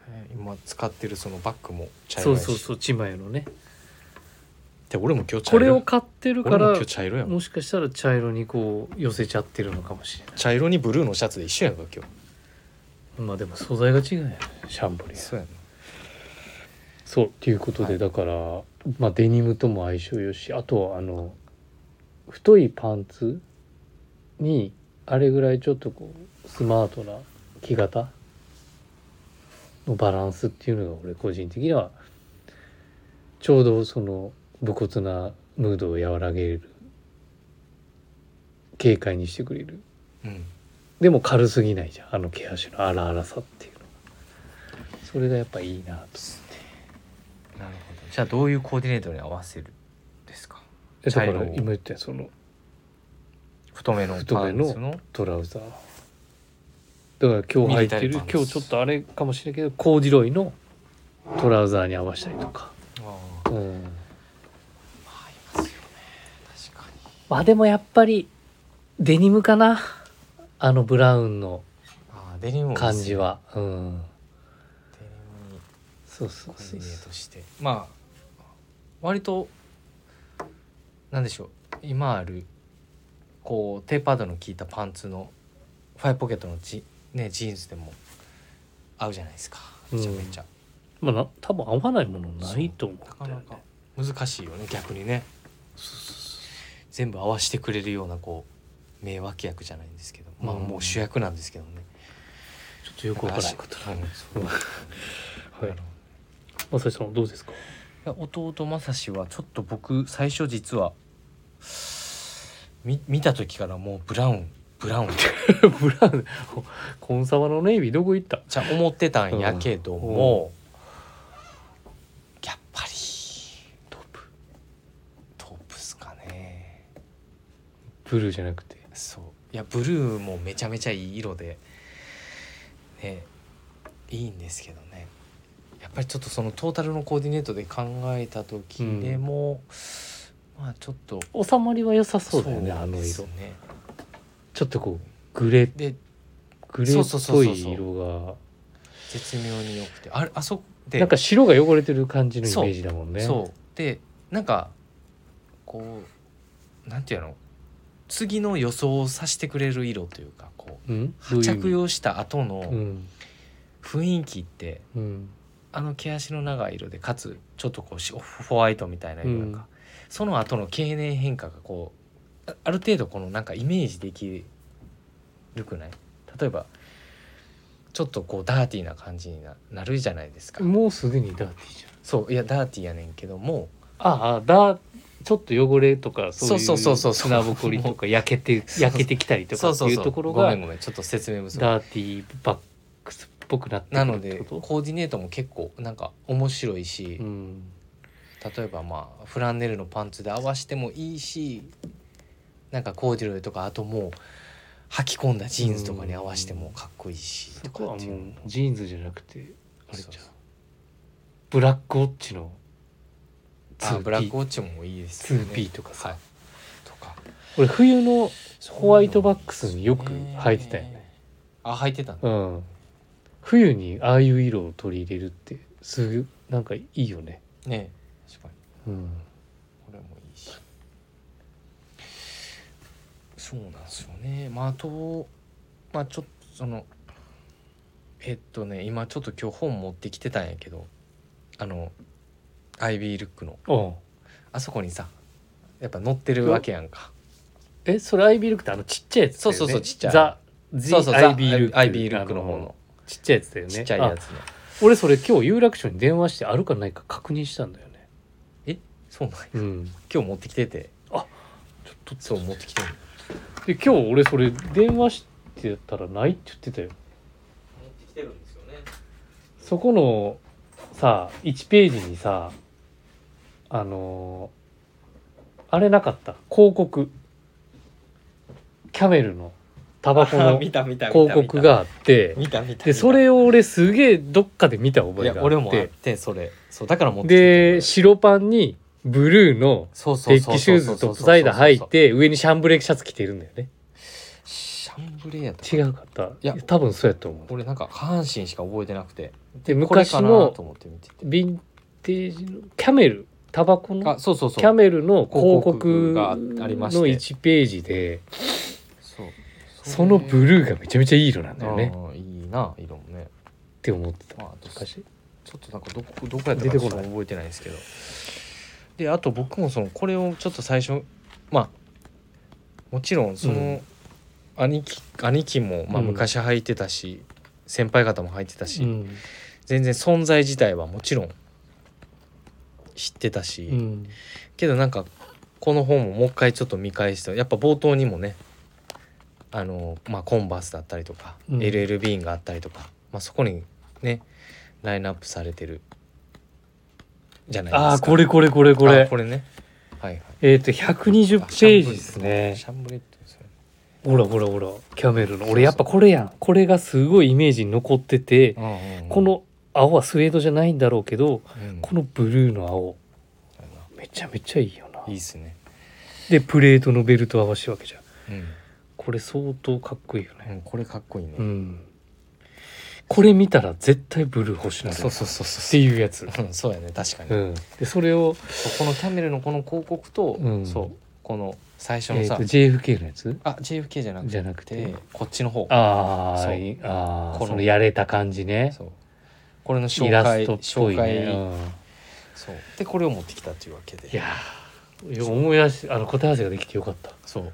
Speaker 1: ね今使ってるそのバッグも茶色
Speaker 2: そう
Speaker 1: やし
Speaker 2: そうそうチマヤのね
Speaker 1: で俺も今日茶
Speaker 2: こ
Speaker 1: 色
Speaker 2: れを買ってるか
Speaker 1: 俺も
Speaker 2: ら
Speaker 1: 今日茶色やもん
Speaker 2: もしかしたら茶色にこう寄せちゃってるのかもしれない
Speaker 1: 茶色にブルーのシャツで一緒やんか今
Speaker 2: まあでも素材が違うやんシャンボリ
Speaker 1: 日
Speaker 2: ア
Speaker 1: そうやな
Speaker 2: そうっていうことで、
Speaker 1: はい
Speaker 2: だから、まあ、デニムとも相性よしあとあの太いパンツにあれぐらいちょっとこうスマートな着型のバランスっていうのが俺個人的にはちょうどその武骨なムードを和らげる軽快にしてくれる
Speaker 1: うん
Speaker 2: でも軽すぎないじゃんあの毛足の荒々さっていうのがそれがやっぱいいなと。
Speaker 1: なるほどじゃあどういうコーディネートに合わせるですか
Speaker 2: えだから
Speaker 1: 茶色を
Speaker 2: 今言ったよその
Speaker 1: 太めの
Speaker 2: 太めの
Speaker 1: パンツの
Speaker 2: トラウザーだから今日履いて
Speaker 1: ミリ
Speaker 2: る
Speaker 1: タリーパンツ
Speaker 2: 今日ちょっとあれかもしれんけどコーディロイのトラウザーに合わせたりとか、
Speaker 1: あ
Speaker 2: う
Speaker 1: あ
Speaker 2: ん、
Speaker 1: 合いますよね確かに
Speaker 2: まあでもやっぱりデニムかなあのブラウンの
Speaker 1: ああデニムもいいっすね
Speaker 2: 感じは、うん、
Speaker 1: デニムに
Speaker 2: そうそう
Speaker 1: コー
Speaker 2: そ
Speaker 1: デ
Speaker 2: う
Speaker 1: ィネー
Speaker 2: そ
Speaker 1: トしてまあ割となんでしょう今あるこうテーパードの効いたパンツのファイブポケットのジ,、ね、ジーンズでも合うじゃないですかめちゃめちゃ、
Speaker 2: うまあな多分合わないものないと思
Speaker 1: な
Speaker 2: うん
Speaker 1: か
Speaker 2: だよ
Speaker 1: な
Speaker 2: ね
Speaker 1: か難しいよね逆にね全部合わせてくれるようなこう名脇役じゃないんですけど、まあ
Speaker 2: うん
Speaker 1: もう主役なんですけどね
Speaker 2: ちょっとよくわからないこと
Speaker 1: うんそ う
Speaker 2: はいまさしさんはどうですか
Speaker 1: いや弟正志はちょっと僕最初実はみ見た時からもうブラウンブラウン
Speaker 2: ブラウンコンサバのネイビーどこ行った
Speaker 1: じゃ思ってたんやけども、やっぱり
Speaker 2: トップ
Speaker 1: トップスかね
Speaker 2: ブルーじゃなくて
Speaker 1: そういやブルーもめちゃめちゃいい色でねいいんですけどねやっぱりちょっとそのトータルのコーディネートで考えた時でも、まあちょっと
Speaker 2: 収まりは良さそうだよね
Speaker 1: そ
Speaker 2: あ
Speaker 1: う
Speaker 2: の
Speaker 1: です
Speaker 2: 色
Speaker 1: ね
Speaker 2: ちょっとこうグレー
Speaker 1: で
Speaker 2: グレー
Speaker 1: そう
Speaker 2: っ
Speaker 1: そ
Speaker 2: ぽ
Speaker 1: うそう
Speaker 2: い
Speaker 1: そう
Speaker 2: 色
Speaker 1: 絶妙に良くてあれあそこ
Speaker 2: が
Speaker 1: で
Speaker 2: なんか白が汚れてる感じのイメージだもんね
Speaker 1: そうでなんかこうなんていうの次の予想をさせてくれる色というかこ
Speaker 2: う、ん、
Speaker 1: う
Speaker 2: どういう意味
Speaker 1: 着用した後
Speaker 2: う
Speaker 1: の
Speaker 2: ん
Speaker 1: 雰囲気って、
Speaker 2: うん
Speaker 1: あの毛足の長い色でかつちょっとこうしホワイトみたいな色なんか、
Speaker 2: うん
Speaker 1: その後の経年変化がこうあある程度このなんかイメージできるくない例えばちょっとこうダーティーな感じにななるじゃないですか。
Speaker 2: もうすでにダーティーじ
Speaker 1: そういやダーティーやねんけども
Speaker 2: ゃんああダーちょっと汚れとかそうい
Speaker 1: そうそううそうそう
Speaker 2: 砂ぼこりとか焼け て焼けてきたりとかっていうところ
Speaker 1: ご
Speaker 2: が
Speaker 1: めんごめんちょっと説明不足
Speaker 2: ダーティーバックスっぽくなって
Speaker 1: な
Speaker 2: くる
Speaker 1: の
Speaker 2: って
Speaker 1: で
Speaker 2: こ
Speaker 1: コ
Speaker 2: と
Speaker 1: ーディネートも結構なんか面白いし、
Speaker 2: うん
Speaker 1: 例えばまあフランネルのパンツで合わしてもいいしなんかコーディロイとかあともう履き込んだジーンズとかに合わしてもかっこいいし
Speaker 2: そ
Speaker 1: と
Speaker 2: こ
Speaker 1: か
Speaker 2: は
Speaker 1: ってい
Speaker 2: も
Speaker 1: う
Speaker 2: う
Speaker 1: のも
Speaker 2: ジーンズじゃなくてあれじゃん
Speaker 1: そうそう
Speaker 2: ブラックウォッチの
Speaker 1: あブラック
Speaker 2: 2P
Speaker 1: ウォッチもいいですよね
Speaker 2: 2P とかさ、
Speaker 1: はいとか
Speaker 2: 俺冬のホワイトバックスによく履いてたよね
Speaker 1: あ履いてたんだ
Speaker 2: うん冬にああいう色を取り入れるってすぐなんかいいよね
Speaker 1: ね確かに
Speaker 2: うん
Speaker 1: これもいいしそうなんですよねまああとまあちょっとそのえっとね今ちょっと今日本持ってきてたんやけどあのアイビールックの
Speaker 2: うん
Speaker 1: あそこにさやっぱ載ってるわけやんか
Speaker 2: えそれアイビールックってあのちっちゃいやつだよね
Speaker 1: そうそうそうちっちゃい
Speaker 2: ザ・ジ
Speaker 1: そうそう
Speaker 2: ア
Speaker 1: ザ
Speaker 2: イビールック
Speaker 1: アイビールックの方
Speaker 2: あ
Speaker 1: の
Speaker 2: ちっちゃいやつだよね
Speaker 1: ちっちゃいや
Speaker 2: あ
Speaker 1: つの
Speaker 2: 俺それ今日有楽町に電話してあるかないか確認したんだよね
Speaker 1: えそうなんや
Speaker 2: うん、
Speaker 1: 今日持ってきてて
Speaker 2: ちょっと
Speaker 1: そう持ってきてんの
Speaker 2: で今日俺それ電話してたらないって言ってたよ
Speaker 1: 持ってきてるんですよね
Speaker 2: そこのさ1ページにさあのーあれなかった広告キャメルのタバコ の
Speaker 1: 見
Speaker 2: 広
Speaker 1: た見た見た
Speaker 2: 告があって
Speaker 1: 見た見た見た
Speaker 2: でそれを俺すげえどっかで見た覚
Speaker 1: い
Speaker 2: え
Speaker 1: や
Speaker 2: があ
Speaker 1: 俺
Speaker 2: っ
Speaker 1: もあっててそれそうだから持ってきて
Speaker 2: で白パンにブルーの
Speaker 1: そうそう
Speaker 2: デッ
Speaker 1: そう
Speaker 2: キシューズトップサイダー履いて上にシャンブレーキシャツ着てるんだよね
Speaker 1: シャンブレーやった
Speaker 2: 違うかったい
Speaker 1: いや
Speaker 2: や多分そうやと思う
Speaker 1: 俺なんか下半身しか覚えてなくてこ
Speaker 2: で
Speaker 1: れ
Speaker 2: 昔
Speaker 1: かな
Speaker 2: の
Speaker 1: と思って見てて
Speaker 2: ヴィンテージのキャメルタバコの
Speaker 1: あそうそうそう
Speaker 2: キャメルの広告
Speaker 1: 広告がありまして
Speaker 2: の1ページで
Speaker 1: そう
Speaker 2: そのブルーがめちゃめちゃいい色なんだよねっ
Speaker 1: うんいいな色もね
Speaker 2: て思ってた
Speaker 1: まああとち
Speaker 2: 昔
Speaker 1: ょっとなんかどこどこやった
Speaker 2: 出
Speaker 1: か
Speaker 2: て
Speaker 1: ち
Speaker 2: こ
Speaker 1: ょ
Speaker 2: な
Speaker 1: っ
Speaker 2: い
Speaker 1: と覚えてないんですけどであと僕もそのこれをちょっと最初まあもちろんその兄貴,、兄貴もまあ
Speaker 2: うん
Speaker 1: 昔履いてたし、先輩方も履いてたし、
Speaker 2: うん
Speaker 1: 全然存在自体はもちろん知ってたし、
Speaker 2: うん
Speaker 1: けどなんかこの本ももう一回ちょっと見返してやっぱ冒頭にもねあの、まあ、コンバースだったりとか、
Speaker 2: うん
Speaker 1: LL ビーンがあったりとか、まあ、そこにねラインナップされてるじゃないですか
Speaker 2: ああこれこれこれこ
Speaker 1: あ
Speaker 2: れ
Speaker 1: これねはいはい
Speaker 2: えっと120ページですね
Speaker 1: シャンブレットですよね
Speaker 2: ほらほらほらキャメルの俺やっぱこれやんこれがすごいイメージに残ってて
Speaker 1: うんうんうん
Speaker 2: こ、の青はスウェードじゃないんだろうけど
Speaker 1: うん
Speaker 2: このブルーの青
Speaker 1: あれな
Speaker 2: めちゃめちゃいいよない
Speaker 1: いっすね、
Speaker 2: でプレートのベルト合わせるわけじゃん
Speaker 1: うん
Speaker 2: これ相当かっこいいよね
Speaker 1: うんこれかっこいいね、
Speaker 2: うんこれ見たら絶対ブルー欲しいな
Speaker 1: そうそう
Speaker 2: っ
Speaker 1: そうそう
Speaker 2: ていうやつ、
Speaker 1: うんそうやね確かに、
Speaker 2: うん、でそれを、
Speaker 1: そうこのキャメルのこの広告と、
Speaker 2: うん
Speaker 1: そうこの最初
Speaker 2: え
Speaker 1: の
Speaker 2: ー、
Speaker 1: さ、
Speaker 2: と JFK のやつ
Speaker 1: あ JFK じゃなくて
Speaker 2: じゃなくて
Speaker 1: こっちの方
Speaker 2: あ
Speaker 1: そう
Speaker 2: ーあー
Speaker 1: この
Speaker 2: そのやれた感じね
Speaker 1: そうこれの紹
Speaker 2: イラ
Speaker 1: 介
Speaker 2: ストっぽ
Speaker 1: 紹
Speaker 2: い
Speaker 1: 介、
Speaker 2: ね、うん
Speaker 1: そうでこれを持ってきたというわけで
Speaker 2: いやーいや思い出しあの答え合わせができてよかった
Speaker 1: そう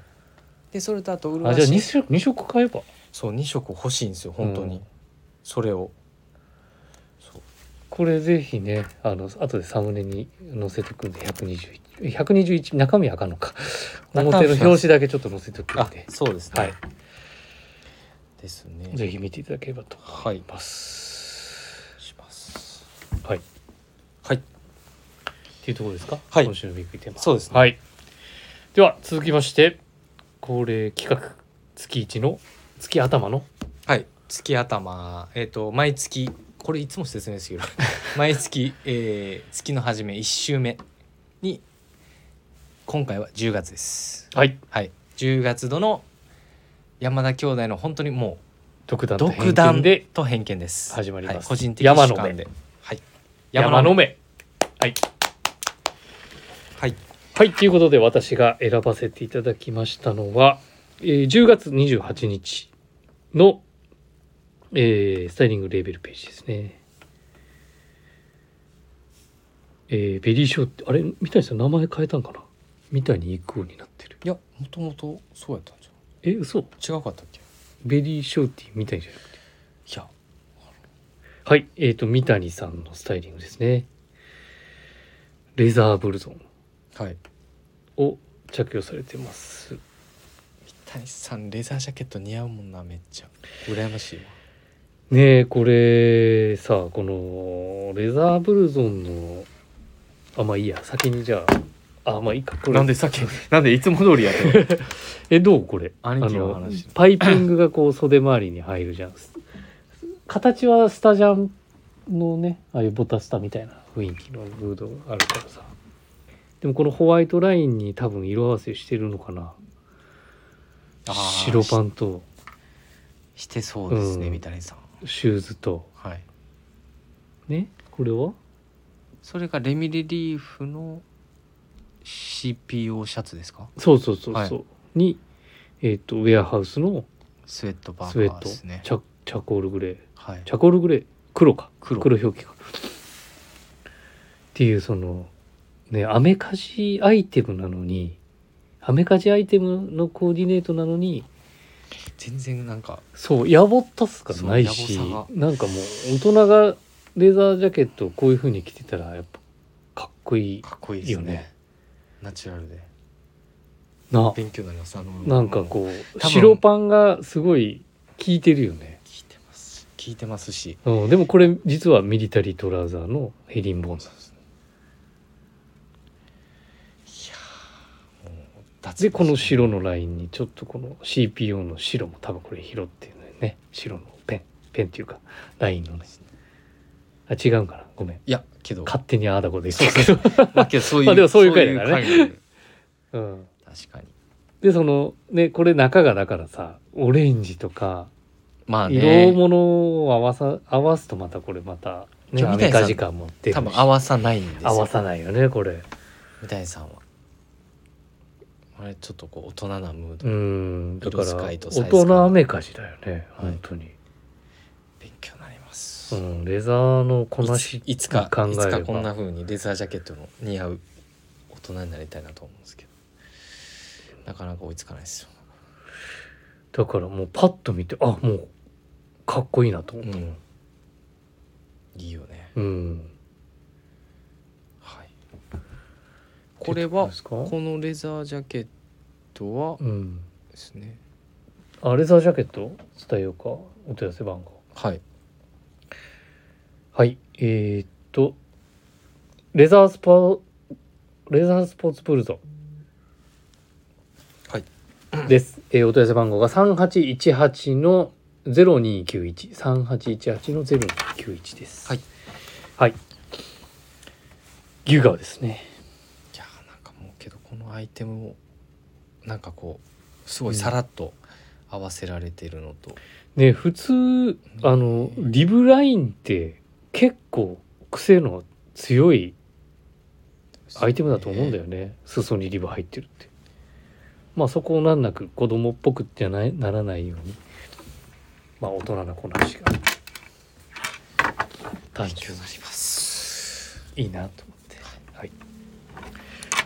Speaker 1: でそれとあとうる
Speaker 2: あ
Speaker 1: わ
Speaker 2: じゃあ2
Speaker 1: し
Speaker 2: 色二色買えば
Speaker 1: そう2色欲しいんですよ本当に、
Speaker 2: うん
Speaker 1: それをそう
Speaker 2: これぜひねあの後でサムネに載せてくんで121 121中身あかんのか
Speaker 1: 中身
Speaker 2: 表の表紙だけちょっと載せてくん
Speaker 1: あ
Speaker 2: で
Speaker 1: そうですね、
Speaker 2: はい
Speaker 1: ですね
Speaker 2: ぜひ見ていただければと
Speaker 1: は
Speaker 2: 思
Speaker 1: い
Speaker 2: います
Speaker 1: します
Speaker 2: はいっ
Speaker 1: はい
Speaker 2: ていうところですか、
Speaker 1: はい
Speaker 2: 今週のビッグテーマ
Speaker 1: そうですね
Speaker 2: はいでは続きまして恒例企画月一の月頭の
Speaker 1: はい月頭えっ、と毎月これいつも説明です けど毎月、えー月の初め1週目に今回は10月です
Speaker 2: はい
Speaker 1: はい10月度の山田兄弟の本当にも
Speaker 2: 独
Speaker 1: う
Speaker 2: 断と
Speaker 1: 独
Speaker 2: 偏
Speaker 1: 断
Speaker 2: 見で
Speaker 1: と偏見です
Speaker 2: 始まります
Speaker 1: はい個人的
Speaker 2: 山
Speaker 1: 主
Speaker 2: の目
Speaker 1: 観ではい
Speaker 2: 山の目はい
Speaker 1: はい
Speaker 2: はい、ということで私が選ばせていただきましたのは、えー10月28日の、えースタイリングレーベルページですね。えーベリーショーって、あれ三谷さん名前変えたんかな三谷育夫になってる。
Speaker 1: いやもともとそうやったんじ
Speaker 2: え、嘘
Speaker 1: ゃん違うかったっけ
Speaker 2: ベリーショーティー三谷じゃなくて。
Speaker 1: いや
Speaker 2: はい、えっ、と、三谷さんのスタイリングですね。レザーブルゾン
Speaker 1: はい
Speaker 2: を着用されてます。
Speaker 1: 三谷さんレザージャケット似合うもんなめっちゃ羨ましいわ
Speaker 2: ねえこれさこのレザーブルゾンのあまあいいや先にじゃああまあいいかこれ
Speaker 1: なんでさっきなんでいつも通りやってる
Speaker 2: えどうこれあ
Speaker 1: 兄貴の
Speaker 2: の
Speaker 1: 話してる
Speaker 2: パイピングがこう袖周りに入るじゃん形はスタジャンのねああいうボタスタみたいな雰囲気のブードがあるからさでもこのホワイトラインに多分色合わせしてるのかな
Speaker 1: あー
Speaker 2: 白パンと
Speaker 1: してそうですね、
Speaker 2: うん
Speaker 1: 三谷さん
Speaker 2: シューズと
Speaker 1: はい
Speaker 2: ねこれは
Speaker 1: それがレミレリーフの CPO シャツですか
Speaker 2: そうそうそうそう、
Speaker 1: はい
Speaker 2: に、えっとウェアハウスの
Speaker 1: スウェットパー
Speaker 2: スウェ
Speaker 1: カ
Speaker 2: ッ
Speaker 1: ー
Speaker 2: ト
Speaker 1: ですね
Speaker 2: チャチャコールグレー
Speaker 1: はい
Speaker 2: チャコールグレー黒か
Speaker 1: 黒
Speaker 2: 表記かっていうそのねアメカジアイテムなのにアメカジアイテムのコーディネートなのに
Speaker 1: 全然なんか
Speaker 2: そうやぼったすがないし
Speaker 1: そう野暮さ
Speaker 2: なんかもう大人がレザージャケットをこういう風に着てたらやっぱかっこいい
Speaker 1: かっこいいですね
Speaker 2: いいよね
Speaker 1: ナチュラルで
Speaker 2: な
Speaker 1: 勉強になりますあの
Speaker 2: なんか
Speaker 1: う
Speaker 2: こう
Speaker 1: 多分
Speaker 2: 白パンがすごい効いてるよね、
Speaker 1: 聞いてます聞いてますし
Speaker 2: うん、でもこれ実はミリタリートラウザーのヘリンボーン
Speaker 1: そうですねいやーもう脱
Speaker 2: でこの
Speaker 1: 白
Speaker 2: 白のラインにちょっとこの CPO の白も多分これ拾ってるのよね白のペンペンっていうかラインのねあ違うんかなごめん
Speaker 1: いやけど
Speaker 2: 勝手にああだこで言ってるけ
Speaker 1: まあけどそういう、
Speaker 2: まあでもそういう回だからね
Speaker 1: そういう回
Speaker 2: ど、う
Speaker 1: な
Speaker 2: ん、
Speaker 1: んで確かに
Speaker 2: でそのねこれ中がだからさオレンジとか
Speaker 1: まあね
Speaker 2: 色物を合わさ合わすとまたこれまたね
Speaker 1: 今日三
Speaker 2: ア
Speaker 1: 谷
Speaker 2: メ
Speaker 1: さん
Speaker 2: カ時間も出るし
Speaker 1: 多分合わさないんですよ
Speaker 2: 合わさないよねこれ
Speaker 1: 三谷さんはあれちょっとこう大人なムード
Speaker 2: うんだから
Speaker 1: 色使
Speaker 2: 大
Speaker 1: いとサイズ感
Speaker 2: 人アメカジだよね
Speaker 1: はい
Speaker 2: 本当に、
Speaker 1: 勉強になります、
Speaker 2: うんレザーのこなし
Speaker 1: いついつか
Speaker 2: 考えれば
Speaker 1: いつかこんな風にレザージャケットの似合う大人になりたいなと思うんですけどなかなか追いつかないですよ
Speaker 2: だからもうパッと見てあもうかっこいいなと思ったの
Speaker 1: いいよね
Speaker 2: うん、
Speaker 1: はいこれは
Speaker 2: ですか
Speaker 1: このレザージャケットは
Speaker 2: うん
Speaker 1: ですね
Speaker 2: あレザージャケット伝えようかお問い合わせ番号
Speaker 1: はい
Speaker 2: はいえー、っとレザースポレザースポーツブルゾ
Speaker 1: はい
Speaker 2: です、えーお問い合わせ番号が3818の0291 3818の0291です
Speaker 1: はい
Speaker 2: はい牛革ですね
Speaker 1: いやーなんかもうけどこのアイテムをなんかこうすごいさらっと合わせられてるのと、
Speaker 2: ね普通あのリブラインって結構癖の強いアイテムだと思うんだよね、裾にリブ入ってるってまあそこを難なく子供っぽくじゃないならないようにまあ大人なこなしが大
Speaker 1: 勉
Speaker 2: 丈
Speaker 1: 強になります
Speaker 2: 夫いいなと思ってはい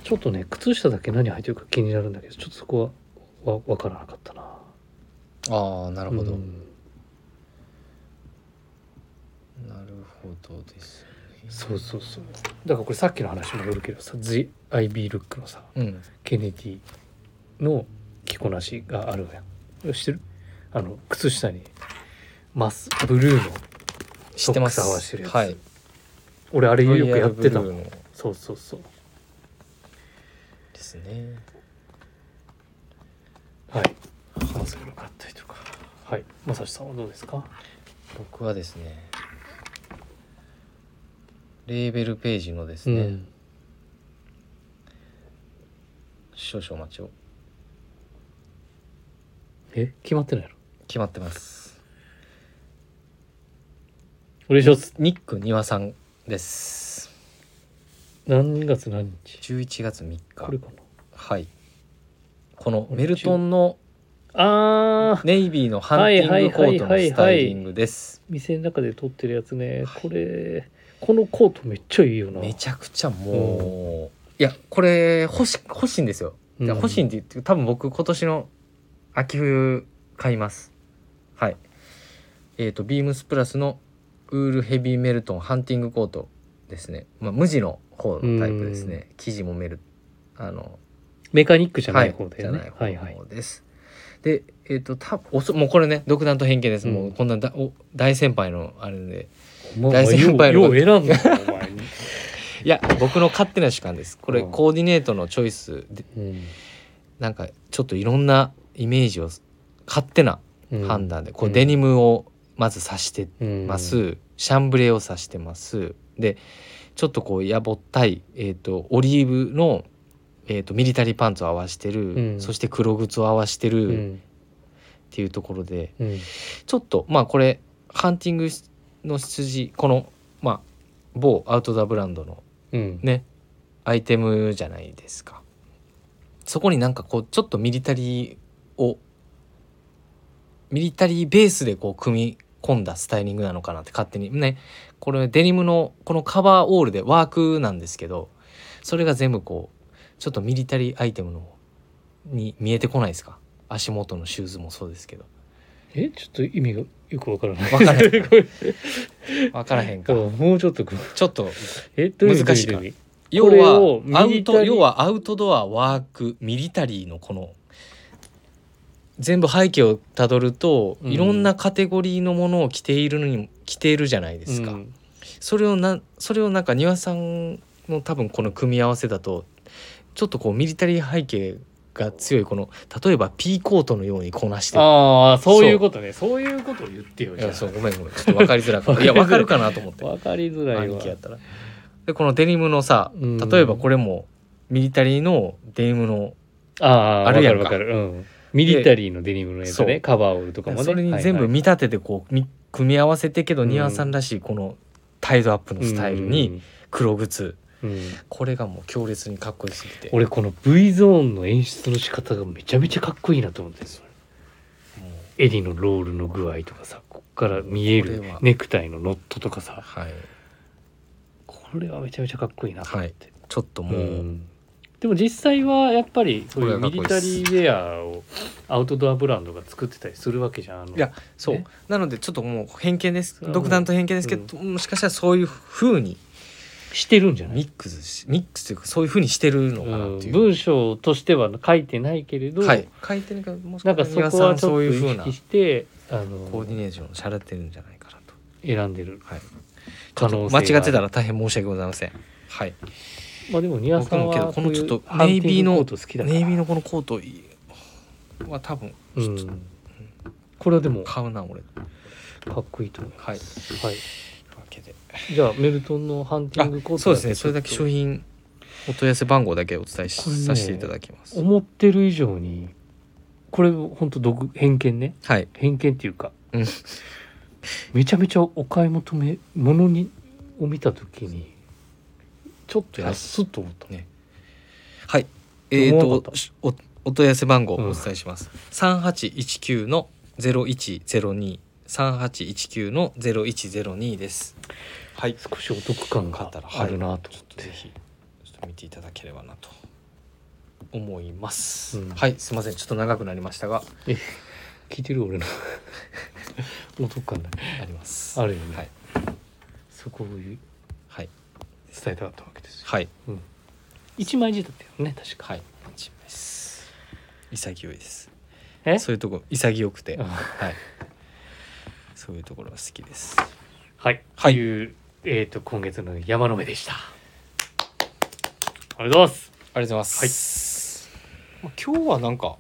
Speaker 2: ちょっとね靴下だけ何履いてるか気になるんだけどちょっとそこはわ分からなかったな
Speaker 1: ああなるほど、
Speaker 2: うん
Speaker 1: なるほどですね
Speaker 2: そうそうそうだからこれさっきの話もよるけどさ ZIB ルックのさ
Speaker 1: うん
Speaker 2: ケネディの着こなしがあるやん知ってるあの靴下にマスブルーの
Speaker 1: 知ってます
Speaker 2: ソックス合わせてるやつ
Speaker 1: はい
Speaker 2: 俺あれよくやってた
Speaker 1: ロイヤルブル
Speaker 2: もん
Speaker 1: ーの
Speaker 2: そうそうそう
Speaker 1: ですね
Speaker 2: はいマスクがあったりとかはいまさしさんはどうですか
Speaker 1: 僕はですねレーベルページのですね、
Speaker 2: うん
Speaker 1: 少々お待ちを
Speaker 2: え決まってないの
Speaker 1: 決まってます
Speaker 2: お願いします
Speaker 1: ニック庭さんです
Speaker 2: 何月何日
Speaker 1: 11月3
Speaker 2: これ
Speaker 1: 日
Speaker 2: かな
Speaker 1: はいこのメルトンの
Speaker 2: あー
Speaker 1: ネイビーのハンティングコートのスタイリングです
Speaker 2: 店の中で撮ってるやつねこれこのコートめっちゃいいよな
Speaker 1: めちゃくちゃもういやこれ欲し欲しいんですよ
Speaker 2: うん
Speaker 1: 欲しいんで言って多分僕今年の秋冬買いますはいえっ、とビームスプラスのウールヘビーメルトンハンティングコートですね、まあ、無地の方のタイプですね生地もメルあの
Speaker 2: メカニックじゃない方
Speaker 1: はい
Speaker 2: だよね、
Speaker 1: じゃ
Speaker 2: は、
Speaker 1: ないい方
Speaker 2: はい
Speaker 1: です。で、えっ、と、たおそもうこれね、独断と偏見です。
Speaker 2: うん
Speaker 1: もうこんなだお大先輩のあれで。
Speaker 2: まあ
Speaker 1: 大先輩の
Speaker 2: ようよう選んだなお前 に、
Speaker 1: いや、僕の勝手な主観です。これ、
Speaker 2: うん
Speaker 1: コーディネートのチョイスで、なんかちょっといろんなイメージを勝手な
Speaker 2: うん
Speaker 1: 判断で、こ
Speaker 2: う
Speaker 1: うんデニムをまず指してま、す、
Speaker 2: うん
Speaker 1: シャンブレーを指してます。で、ちょっとこう、やぼったい、えっ、と、オリーブの、えー、とミリタリーパンツを合わしてる、
Speaker 2: うん
Speaker 1: そして黒靴を合わして
Speaker 2: う
Speaker 1: るっ
Speaker 2: ん
Speaker 1: ていうところで、
Speaker 2: うん
Speaker 1: ちょっとまあこれハンティングの羊このまあ某アウトドアブランドの
Speaker 2: うん
Speaker 1: ねアイテムじゃないですかそこになんかこうちょっとミリタリーをミリタリーベースでこう組み込んだスタイリングなのかなって勝手にねこれデニムのこのカバーオールでワークなんですけどそれが全部こうちょっとミリタリーアイテムのに見えてこないですか足元のシューズもそうですけど
Speaker 2: えちょっと意味がよくわからない
Speaker 1: わからへん
Speaker 2: これ
Speaker 1: 分からへんか
Speaker 2: うんもうちょっとこう
Speaker 1: ちょっと
Speaker 2: えどういう意味
Speaker 1: 難しいか
Speaker 2: どういう意味
Speaker 1: 要
Speaker 2: これを
Speaker 1: は
Speaker 2: ミ
Speaker 1: ア
Speaker 2: リ
Speaker 1: ウ
Speaker 2: タリ
Speaker 1: ト
Speaker 2: ー
Speaker 1: 要はアウトドアワークミリタリーのこの全部背景をたどると、
Speaker 2: うん
Speaker 1: いろんなカテゴリーのものを着ているのにも着ているじゃないですか、
Speaker 2: うん
Speaker 1: それをなそれをなんか庭さんの多分この組み合わせだとちょっとこうミリタリー背景が強いこの例えばピーコートのようにこなしてる
Speaker 2: ああそういうことねそういうことを言ってよ
Speaker 1: い
Speaker 2: じゃ
Speaker 1: やそう
Speaker 2: あ
Speaker 1: ごめんごめんちょっと分かりづら くいや分かるかなと思って
Speaker 2: わかりづらい
Speaker 1: 兄
Speaker 2: わ
Speaker 1: 貴やったらでこのデニムのさ
Speaker 2: うん
Speaker 1: 例えばこれもミリタリーのデニムの
Speaker 2: ああ
Speaker 1: あ
Speaker 2: わか
Speaker 1: るや
Speaker 2: る
Speaker 1: んか
Speaker 2: わかる、うん、ミリタリーのデニムのやつ
Speaker 1: そ
Speaker 2: ね
Speaker 1: う
Speaker 2: カバーオールとかもね
Speaker 1: それに全部見立ててこうみ組み合わせてけどニアさんらしいこのタイドアップのスタイルに、黒靴
Speaker 2: はいはいうんうんうん
Speaker 1: これがもう強烈にかっこよすぎてもう
Speaker 2: 俺この V ゾーンの演出の仕方がめちゃめちゃかっこいいなと思って襟のロールの具合とかさこっから見える
Speaker 1: これは
Speaker 2: ネクタイのノットとかさ
Speaker 1: はい
Speaker 2: これはめちゃめちゃかっこいいなと思って、
Speaker 1: ちょっともう、
Speaker 2: うんでも実際はやっぱりそういう
Speaker 1: これ
Speaker 2: ミ
Speaker 1: はか
Speaker 2: リ
Speaker 1: っこいい
Speaker 2: タ
Speaker 1: っす
Speaker 2: リーウェアをアウトドアブランドが作ってたりするわけじゃんあの
Speaker 1: いやそ
Speaker 2: ね
Speaker 1: うなのでちょっともう偏見です
Speaker 2: うん
Speaker 1: 独断と偏見ですけど、もしかしたらそういう風に
Speaker 2: してるんじゃない
Speaker 1: ミックスしミックスというかそういう風にしてるのかなって
Speaker 2: うん
Speaker 1: いう、
Speaker 2: 文章としては書いてないけれど、
Speaker 1: はい書いてるからもし
Speaker 2: なん
Speaker 1: か
Speaker 2: か
Speaker 1: し
Speaker 2: そ
Speaker 1: たら
Speaker 2: こ
Speaker 1: 庭さ
Speaker 2: は
Speaker 1: ん
Speaker 2: ちょっ
Speaker 1: そう
Speaker 2: と
Speaker 1: い
Speaker 2: 意
Speaker 1: う風な
Speaker 2: 識してあ
Speaker 1: コーディ
Speaker 2: の
Speaker 1: ネーションをしゃれてるんじゃないかなと
Speaker 2: 選んでる
Speaker 1: はい
Speaker 2: 可能性
Speaker 1: 間違ってた
Speaker 2: ら
Speaker 1: ら大変申し訳ございませんはい
Speaker 2: まあでもニアさん
Speaker 1: 僕もけど
Speaker 2: は
Speaker 1: このちょっと
Speaker 2: こういうハンティング
Speaker 1: ネイビーの
Speaker 2: コート好きだから
Speaker 1: ネイビーのこのコートいいは多分
Speaker 2: うんこれはでもか
Speaker 1: 買うな俺とい
Speaker 2: っこいいと思います、はい
Speaker 1: いうわけで
Speaker 2: じゃあメルトンのハンティングコー
Speaker 1: あ
Speaker 2: ト
Speaker 1: そうですねそれだけ商
Speaker 2: 品
Speaker 1: 品お問い合わせ番号だけお伝えし
Speaker 2: これね
Speaker 1: させていただきます
Speaker 2: 思ってる以上にこれ本当独偏見ね
Speaker 1: はい
Speaker 2: 偏見っていうか、
Speaker 1: うん
Speaker 2: めちゃめちゃお買い求め物にを見た時にちょっと安っと思った
Speaker 1: ねはいえっ、
Speaker 2: 思わなか
Speaker 1: と
Speaker 2: った
Speaker 1: しおお問い合わせ番号をお
Speaker 2: うん
Speaker 1: 伝えします、3819の0102 3819の0102ですはい
Speaker 2: 少しお得感
Speaker 1: 買っ
Speaker 2: が
Speaker 1: たら
Speaker 2: あるなと
Speaker 1: ちょ
Speaker 2: 思
Speaker 1: っ
Speaker 2: っ
Speaker 1: と
Speaker 2: て、
Speaker 1: ぜひちょっと見ていただければなと思います、
Speaker 2: うん
Speaker 1: はいすいませんちょっと長くなりました が
Speaker 2: 聞いてる俺の お得感だ
Speaker 1: あります
Speaker 2: あるよね、
Speaker 1: はい
Speaker 2: そこを言う
Speaker 1: はい
Speaker 2: 伝えたかったわけですよ
Speaker 1: はい
Speaker 2: 一枚字だったよね確か
Speaker 1: はい一枚です潔いです
Speaker 2: え
Speaker 1: そういうとこ潔くて
Speaker 2: あ
Speaker 1: はいそういうところは好きです
Speaker 2: はい、
Speaker 1: はい
Speaker 2: という、えー、と今月の山の目でしたありがとうござい
Speaker 1: ありがとう
Speaker 2: ます
Speaker 1: ございます、はい、今日はなんか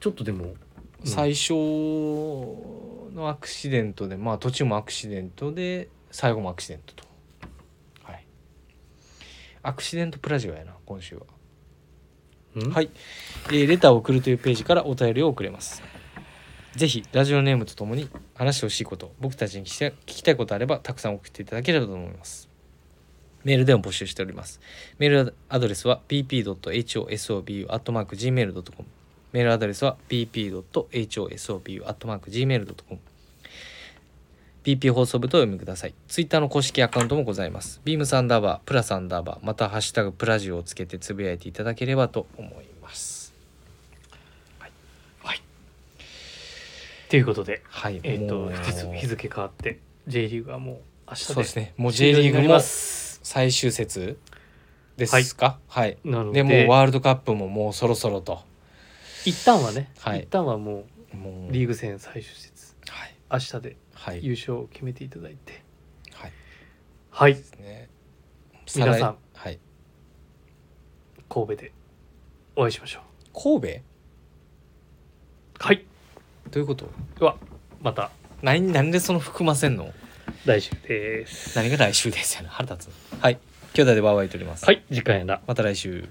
Speaker 2: ちょっとでも、うん
Speaker 1: 最初のアクシデントで、まあ途中もアクシデントで最後もアクシデントとはいアクシデントプラジオやな今週は
Speaker 2: うん
Speaker 1: はい、えーレターを送るというページからお便りを送れますぜひラジオネームとともに話してほしいこと僕たちに聞きた聞きたいことあればたくさん送っていただければと思いますメールでも募集しておりますメールアドレスは bp.hosobu.gmail.com メールアドレスは bp.hosobu.gmail.com BP 放送部とお読みください。ツイッターの公式アカウントもございます。ビームサンダーバー、プラサンダーバー、またハッシュタグプラジオをつけてつぶやいていただければと思います。
Speaker 2: ということで
Speaker 1: はい。
Speaker 2: えっ、
Speaker 1: も
Speaker 2: と
Speaker 1: う
Speaker 2: 日付日付変わって J リーグはもう明日で
Speaker 1: そうですね。もう
Speaker 2: 終
Speaker 1: J
Speaker 2: 了
Speaker 1: リ
Speaker 2: に
Speaker 1: ー
Speaker 2: な
Speaker 1: グ
Speaker 2: り
Speaker 1: も
Speaker 2: ます
Speaker 1: 最終節ですか。はい。
Speaker 2: なので
Speaker 1: でもうワールドカップももうそろそろと。
Speaker 2: 一旦はね、
Speaker 1: はい
Speaker 2: 一旦はも
Speaker 1: も
Speaker 2: う
Speaker 1: う
Speaker 2: リー
Speaker 1: グ
Speaker 2: グ戦最終節
Speaker 1: はい
Speaker 2: 明日で
Speaker 1: はい
Speaker 2: 優勝を決めていただいて
Speaker 1: はい
Speaker 2: はい
Speaker 1: ですね。
Speaker 2: 皆さん
Speaker 1: 再来はい。
Speaker 2: 神戸でお会いしましょう
Speaker 1: 神戸
Speaker 2: はい
Speaker 1: どういうこと？
Speaker 2: ではまた
Speaker 1: 何なんでその含ませんの？
Speaker 2: 来週です
Speaker 1: 何が来週ですよね。腹立つ。はい。兄弟でワーワー言っております。
Speaker 2: はい次回な
Speaker 1: また来週。